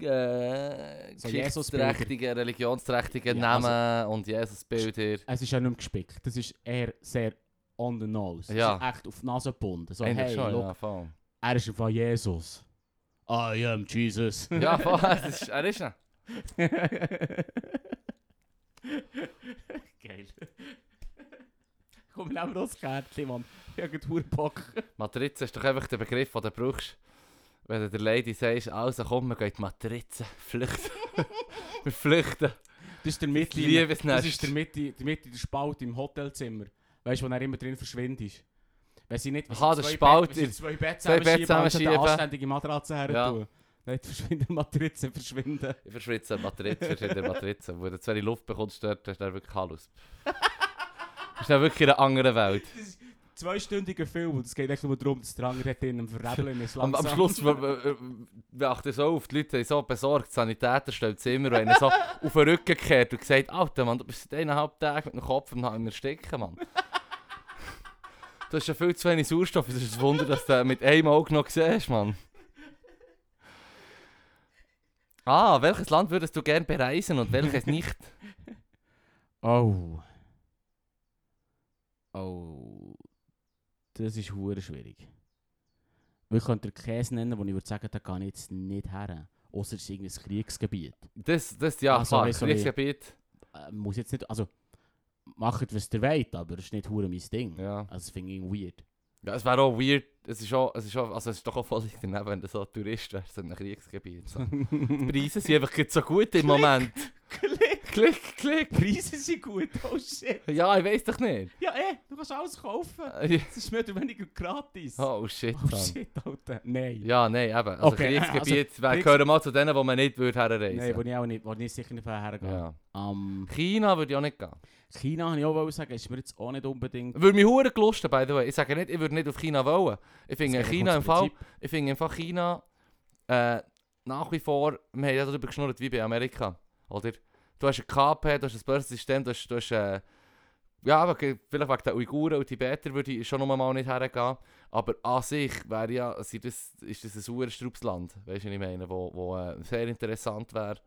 B: äh,
A: So
B: geschichtsträchtigen, religionsträchtigen
A: Ja, also-
B: Namen und Jesusbilder.
A: Es ist ja nicht mehr gespickt. Das ist eher sehr on the nose.
B: Ja.
A: Es ist echt auf die Nase gebunden. So,
B: Eigentlich
A: hey,
B: schon,
A: look,
B: ja, voll.
A: er ist im Fall Jesus. I am Jesus.
B: Ja, voll. Es ist, er ist er.
A: Geil. Komm, nehmen wir das Kärtchen, Mann. Ich habe einen Bock.
B: Matrize ist doch einfach der Begriff, den du brauchst. Wenn du der Lady sagst, also komm, wir gehen in die Matrize. Flüchten. wir flüchten.
A: Das ist der Mitte.
B: Liebesnest.
A: Das ist der Mitte, der Mitte der Spalt im Hotelzimmer. Weißt du, wo er immer drin verschwindet? Wenn sie nicht wenn
B: Aha,
A: sie
B: der
A: zwei
B: Spalt
A: Bett- wenn
B: in-
A: sie zwei Betten
B: zwei Betten
A: zusammenschieben, anstatt eine
B: zusammenschieben.
A: anständige Matratze her
B: Ja.
A: tun. Nein, die verschwinden Matrizen, verschwinden.
B: Ich verschwitze eine Matrize, verschwinde eine Matrize. Wo du zu wenig Luft bekommst, dort hast du dann wirklich Hallus. Das ist dann wirklich in einer anderen Welt.
A: Zweistündiger Film und es geht echt nur darum, dass der andere drin am Verrebeln ist.
B: Am, am
A: langsam.
B: Schluss w- w- w- achte ich so auf, die Leute sind so besorgt, die Sanitäter stellen das Zimmer und einen so auf den Rücken gekehrt und gesagt, Alter Mann, du bist seit eineinhalb Tagen mit dem Kopf im Hang Sticken, Mann. Du hast ja viel zu wenig Sauerstoff, es ist ein Wunder, dass du mit einem Auge noch siehst, Mann. Ah, welches Land würdest du gerne bereisen und welches nicht?
A: Oh. Oh. Das ist hure schwierig. Wir könnten Käse nennen, wo ich würde sagen, da kann ich jetzt nicht her. Außer es ist irgendein Kriegsgebiet.
B: Das, das, ja,
A: Ah,
B: klar,
A: sorry, sorry.
B: Kriegsgebiet.
A: Äh, muss jetzt nicht. Also, macht was ihr wollt, aber das ist nicht hure mein Ding.
B: Ja.
A: Also, das finde ich weird.
B: ja, es wäre auch weird, es ist, auch, es ist, auch, also es ist doch auch völlig daneben, wenn du so Tourist wärst in einem Kriegsgebiet. So. Die Preise sind einfach gerade so gut im Moment.
A: Klick!
B: Klick, klick.
A: Preise sind gut, oh shit!
B: Ja, ich weiß doch nicht.
A: Ja, eh, du kannst alles kaufen.
B: Äh,
A: Es ist mehr oder weniger gratis.
B: Oh shit.
A: Oh
B: Mann.
A: shit, Alter. Nein.
B: Ja, nein, eben. Also
A: Okay, äh,
B: Kriegsgebiet also,
A: Kriegs-
B: gehören mal zu denen, die man nicht würde
A: Nein, wo
B: herreisen.
A: ich auch nicht, wo ich sicher nicht hergehe.
B: ja.
A: Ähm,
B: China würde ich auch nicht gehen.
A: China habe ich auch wollen sagen, ist mir jetzt auch nicht unbedingt.
B: Würde mich hure gelusten, by the way. Ich sage nicht, ich würde nicht auf China wollen. Ich finde
A: Das geht
B: China im
A: ums
B: Fall,
A: Prinzip.
B: ich finde einfach China äh, nach wie vor, wir haben ja darüber geschnurrt wie bei Amerika, oder? Du hast ein KP, du hast ein Börsensystem, du hast, du hast äh, ja, aber ge- vielleicht wegen den Uiguren und Tibeter würde ich schon nochmal nicht hergehen, aber an sich wäre ja, sind das, ist das ein hohes Straubsland, weißt du, was ich meine, wo, wo äh, sehr interessant wäre,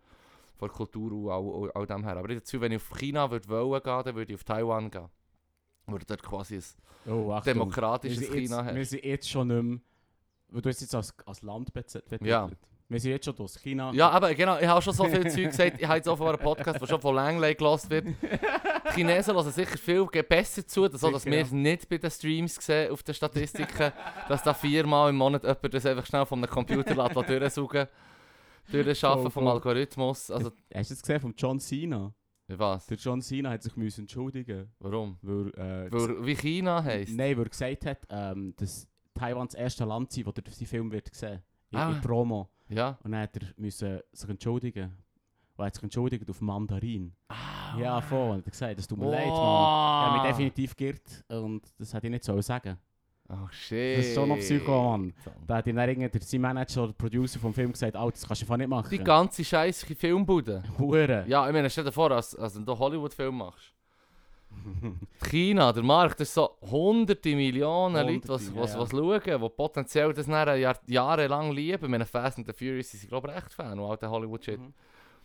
B: von der Kultur und all, all, all dem her. Aber ich dazu, wenn ich auf China würde wollen gehen, dann würde ich auf Taiwan gehen. Würde dort quasi ein
A: Oh, Achtung. wir
B: demokratisches
A: sind, jetzt,
B: China
A: wir
B: hast.
A: sind jetzt schon nicht mehr. weil Du hast jetzt als, als Land bezeichnet.
B: Ja.
A: Wir sind jetzt schon aus China.
B: Ja, aber genau, ich habe schon so viel Zeug gesagt. Ich habe jetzt offenbar einen Podcast, der schon von Langley gelost wird. Die Chinesen lassen sicher viel geben besser zu, dass, auch, dass
A: Sicher,
B: wir
A: ja.
B: es nicht bei den Streams sehen auf den Statistiken, dass da viermal im Monat jemand das einfach schnell vom Computer lässt, lässt
A: Voll,
B: durchsaugen Durchschaffen vom
A: voll.
B: Algorithmus. Also,
A: Hast du das gesehen von John Cena?
B: was?
A: Der John Cena hat sich müssen entschuldigen
B: Warum?
A: weil, äh,
B: Weil, wie China
A: ges-
B: heisst.
A: Nein, weil er gesagt hat, ähm, dass Taiwan das erste Land sein, wo der seinen Film wird sehen in,
B: Ah.
A: in Promo.
B: Ja.
A: Und dann hat er müssen sich entschuldigen. Und er hat sich entschuldigt auf Mandarin. Ah,
B: Ah.
A: ja, voll. Und er hat gesagt, das tut mir leid, Mann. Ich habe mich definitiv geirrt und das hätte ich nicht so sagen.
B: Oh shit.
A: Das ist schon noch Psycho, Mann.
B: Mann.
A: Da hat ihm dann irgendein der- sein Manager oder Producer vom Film gesagt, oh, das kannst du einfach nicht machen.
B: Die ganze scheiß Filmbude.
A: Hure.
B: Ja, ich meine, stell dir vor, als, als du einen Hollywood-Film machst. China, der Markt, das ist so hunderte Millionen
A: Hunderte,
B: Leute, die
A: ja,
B: was,
A: ja.
B: was schauen, die potenziell das nachher jahr, jahrelang lieben. Ich meine, Fast and the Furious sind, glaube ich, recht Fan und all der Hollywood-Shit.
A: Mhm.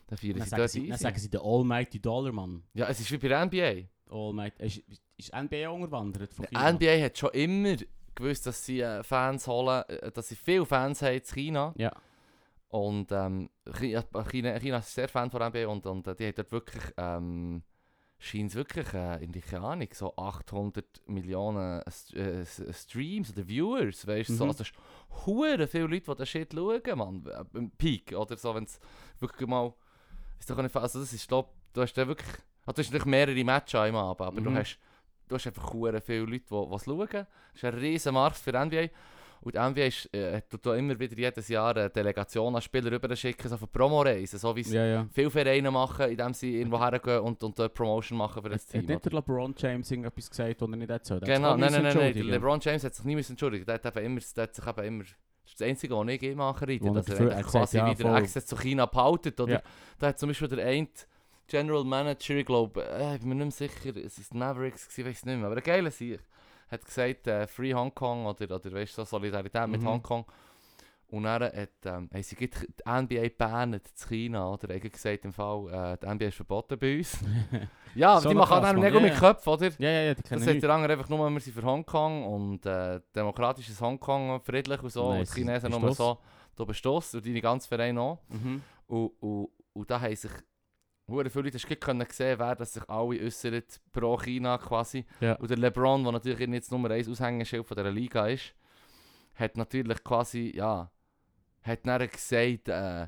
B: Dann feiern
A: Dann
B: sie
A: sagen
B: dort
A: sie, dann
B: easy.
A: sagen sie den Almighty Dollar, Mann.
B: Ja, es ist wie bei der NBA.
A: Almighty. Ist, ist NBA unterwandert von
B: Die NBA hat schon immer gewusst, dass sie äh, Fans holen, äh, dass sie viele Fans haben in China.
A: Ja.
B: Und ähm, China, China, China ist sehr Fan von NBA und, und äh, die haben dort wirklich, ähm, scheint wirklich, äh, in die keine Ahnung, so 800 Millionen St äh, S- Streams oder Viewers, weißt du, so,
A: Mhm.
B: also das ist hure viele Leute, die den Shit schauen, man, im Peak oder so, wenn es wirklich mal, ist doch nicht, also das ist, glaub, du hast dann wirklich, also du hast natürlich mehrere Matches am Abend, aber du
A: Mhm.
B: hast, du hast einfach hure viele Leute, die was schauen, das ist ein riesen Markt für NBA. Und die NBA ist, äh, tut da immer wieder jedes Jahr eine Delegation an Spieler rüberschicken, so für Promo-Reisen, so wie es
A: Ja, ja.
B: viele Vereine machen, indem sie irgendwo hergehen und, und dort Promotion machen für das
A: Hat
B: Team.
A: nicht
B: oder?
A: der LeBron James irgendetwas gesagt, was er nicht erzählt hat?
B: Genau,
A: Hat
B: nein,
A: sich
B: nein, nein, nein. der
A: entschuldigen.
B: LeBron James hat sich nie müssen entschuldigen. Der hat, eben immer, der hat sich eben immer... Das ist das Einzige, was ich immer anreite,
A: Wo er
B: dass er
A: dafür-
B: einfach
A: er hat gesagt,
B: quasi
A: ja,
B: wieder
A: voll.
B: Access zu China behaltet. Oder?
A: Ja.
B: Da hat zum Beispiel der eine, General Manager, ich glaube, äh, ich bin mir nicht mehr sicher, es war Mavericks, gewesen, ich weiß nicht mehr, aber ein geiler Sieg. Hat gesagt, äh, Free Hong Kong oder, oder weißt du, so Solidarität mit
A: Mhm.
B: Hong Kong. Und dann hat, ähm, haben sie gerade die NBA gebannt in China, oder? Er hat gesagt, im Fall, äh, die NBA ist verboten bei uns. ja, aber
A: So
B: die
A: noch
B: machen
A: krass,
B: dann
A: Mann.
B: Nägel
A: Ja,
B: mit
A: ja.
B: Köpfen, oder?
A: Ja, ja, ja, die kennen
B: Das sagt der andere einfach nur, wir sind für Hongkong und äh, demokratisches Hongkong, friedlich und so.
A: Nice.
B: Und die Chinesen
A: Bist
B: nur
A: du's?
B: so, du bist das und deine ganzen Vereine auch.
A: Mhm.
B: Und, und, und da haben sich hure viele Leute, hast du gerade können sehen, wer dass sich alle äußern pro China quasi.
A: Ja.
B: Und der LeBron, der natürlich irgendwie jetzt Nummer 1 Aushängeschild von dieser Liga ist, hat natürlich quasi, ja, hat dann gesagt, äh,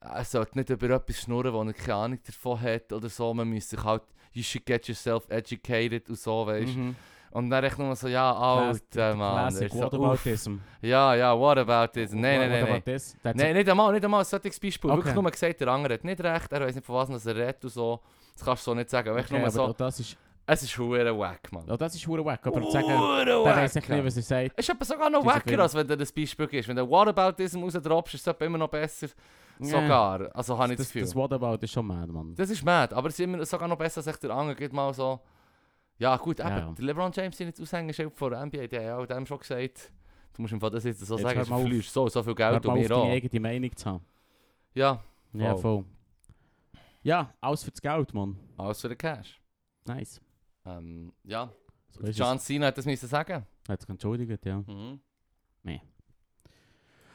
B: er sollte nicht über etwas schnurren, wo er keine Ahnung davon hat oder so. Man müsste sich halt, you should get yourself educated und so, weißt
A: Mhm.
B: Und dann echt nur so, ja, oh, eh,
A: Classic-
B: alter Mann.
A: Classic,
B: ist so,
A: what
B: uff.
A: about this?
B: ja, ja, what about this? Nein, nein, nein, nein.
A: nein.
B: Nein, nicht einmal, nicht einmal ein solches Beispiel.
A: Okay.
B: Wirklich nur gesagt, der andere hat nicht recht, er weiß nicht, von was das er redet und so. Das kannst du so nicht sagen. Weißt du,
A: okay,
B: nur
A: aber
B: so,
A: auch das ist,
B: es ist hure wack, Mann.
A: auch das ist hure wack, aber zu sagen,
B: Hure
A: der weiss
B: wack!
A: nicht, mehr,
B: Mann.
A: was er sagt.
B: Es ist etwa sogar noch
A: Dieser
B: wacker,
A: Film.
B: als wenn du das Beispiel gibst. Wenn du Whataboutism rausdroppst, ist es etwa immer noch besser. Sogar. Also habe ich das
A: das,
B: Gefühl.
A: das Whatabout ist schon mad, Mann.
B: Das ist mad, aber es ist immer sogar noch besser, als ich der andere geht mal so. Ja, gut,
A: Ja,
B: aber
A: ja.
B: der LeBron James sind jetzt Aushängeschild von der NBA, der hat auch dem schon gesagt. Du musst im Fall das jetzt so
A: Jetzt
B: sagen,
A: hör
B: sonst
A: mal auf.
B: verlierst du so, so viel
A: Hör
B: Geld
A: mal
B: und
A: auf,
B: mir
A: deine
B: auch.
A: eigene Meinung zu haben.
B: Ja,
A: Ja,
B: Voll.
A: voll. Ja, alles für das Geld, Mann.
B: alles für den Cash.
A: Nice.
B: Ähm, ja,
A: So
B: Und
A: ist
B: John Cena hat das müssen sagen.
A: es. Hat sich entschuldigt, ja.
B: Mhm.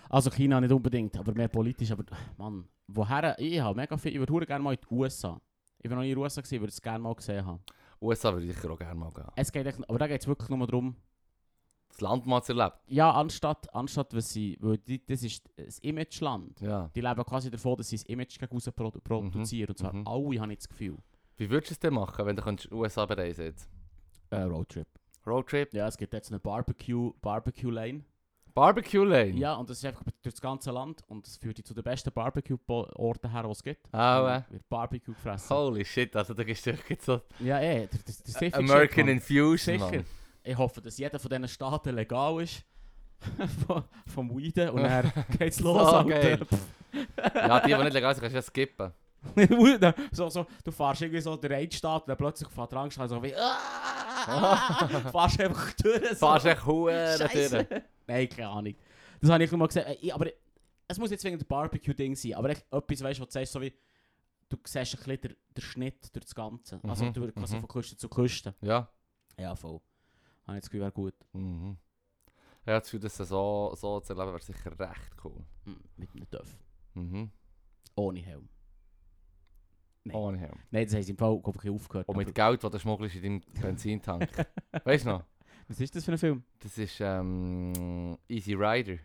A: Also China nicht unbedingt, aber mehr politisch. Aber Mann, woher? Ich habe mega viel. Ich würde hure gerne mal in die USA. Ich war noch nie in den USA, gewesen, ich würde es gerne mal gesehen haben.
B: USA würde ich sicher auch gerne mal gehen.
A: Es geht echt, aber da geht es wirklich nur darum,
B: Das Land mal zu erleben.
A: ja, anstatt, anstatt was sie, weil die, das ist das Imageland.
B: Ja.
A: Die leben quasi davon, dass sie das Image gegen raus produ produzieren. Und zwar
B: mhm.
A: alle, habe ich das Gefühl.
B: Wie würdest du es denn machen, wenn du könntest USA bereisen jetzt?
A: Äh, Roadtrip.
B: Roadtrip?
A: Ja, es gibt jetzt eine Barbecue, Barbecue Lane.
B: Barbecue Lane?
A: Ja, und das ist einfach durch das ganze Land und das führt dich zu den besten Barbecue-Orten her, die es gibt.
B: Au,
A: Und
B: äh.
A: Wird Barbecue gefressen.
B: Holy shit, also da gehst du wirklich so
A: Ja, eh, das, das, das ist
B: American
A: Shit, Mann.
B: Infusion,
A: Sicher.
B: Mann.
A: Ich hoffe, dass jeder von diesen Staaten legal ist. Von- Vom Weiden und dann geht's los.
B: So
A: Alter.
B: geil. Ja, die, die nicht legal sind, kannst du ja skippen.
A: so, so, du fährst irgendwie so den einen Staat und dann plötzlich fährt der andere Staat so wie. Ah, fährst einfach durch. So.
B: Fahrst echt äh, Huren
A: Scheiße.
B: durch.
A: Nein, keine Ahnung. Das habe ich nur mal gesehen. Äh, ich- Aber es muss jetzt wegen dem Barbecue-Ding sein. Aber echt etwas, weißt du, was du sagst, so wie. Du siehst ein bisschen den, den Schnitt durch das Ganze. Also
B: Mhm,
A: du quasi
B: mhm.
A: von Küste zu Küste.
B: Ja.
A: Ja, voll. Habe ich das Gefühl, wäre gut.
B: Mhm. Ja, das Gefühl, das so, so zu erleben, wäre sicher recht cool.
A: Hm, Mit einem Dörf.
B: Mhm.
A: Ohne Helm. Nein.
B: Ohne Helm.
A: Nein, das haben sie im Fall glaub ich, aufgehört.
B: Und mit
A: aber-
B: Geld, das du schmuggelst in deinem Benzintank. weißt du noch?
A: Was ist das für ein Film?
B: Das ist ähm, Easy Rider.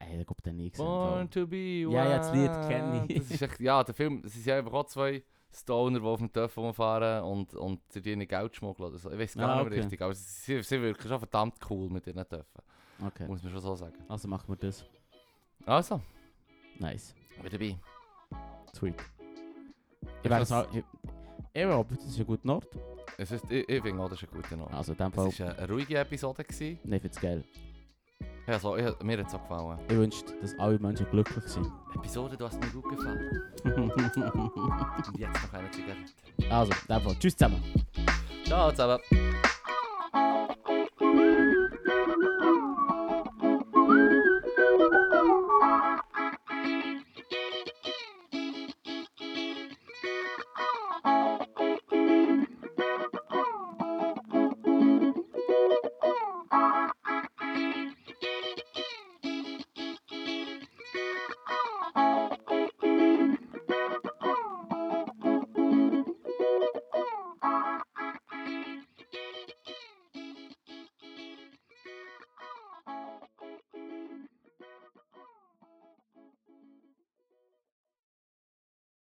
A: Ey, ich glaube, den nie gesehen. im Fall.
B: Born to be wild.
A: Ja, ja, das Lied kenn ich.
B: Das ist echt, ja, der Film, es sind ja einfach auch zwei Stoner, die auf dem Dörf rumfahren und, und sie dienen Geld schmuggeln oder so. Ich weiß gar
A: Ah,
B: nicht mehr
A: okay.
B: richtig, aber sie, sie wirken schon verdammt cool mit ihren Dörfern.
A: Okay,
B: Muss man schon so sagen.
A: also machen wir das.
B: Also,
A: Nice.
B: wir dabei.
A: Sweet. Ich
B: Ich
A: wäre es
B: weiß,
A: auch. ich- Eben, aber das ist ein guter Nord.
B: es ist, ich, ich finde auch, das ist ein guter Name.
A: Also, in dem Fall.
B: Es war eine, eine ruhige eh, Episode. Gewesen.
A: Nein, ich finde es geil.
B: Ja, so, ich, mir hat es auch gefallen.
A: Ich wünschte, dass alle Menschen glücklich sind.
B: Episode, du hast mir gut gefallen. Und jetzt noch eine Zigarette.
A: also, in dem Fall. Tschüss zusammen.
B: Ciao zusammen.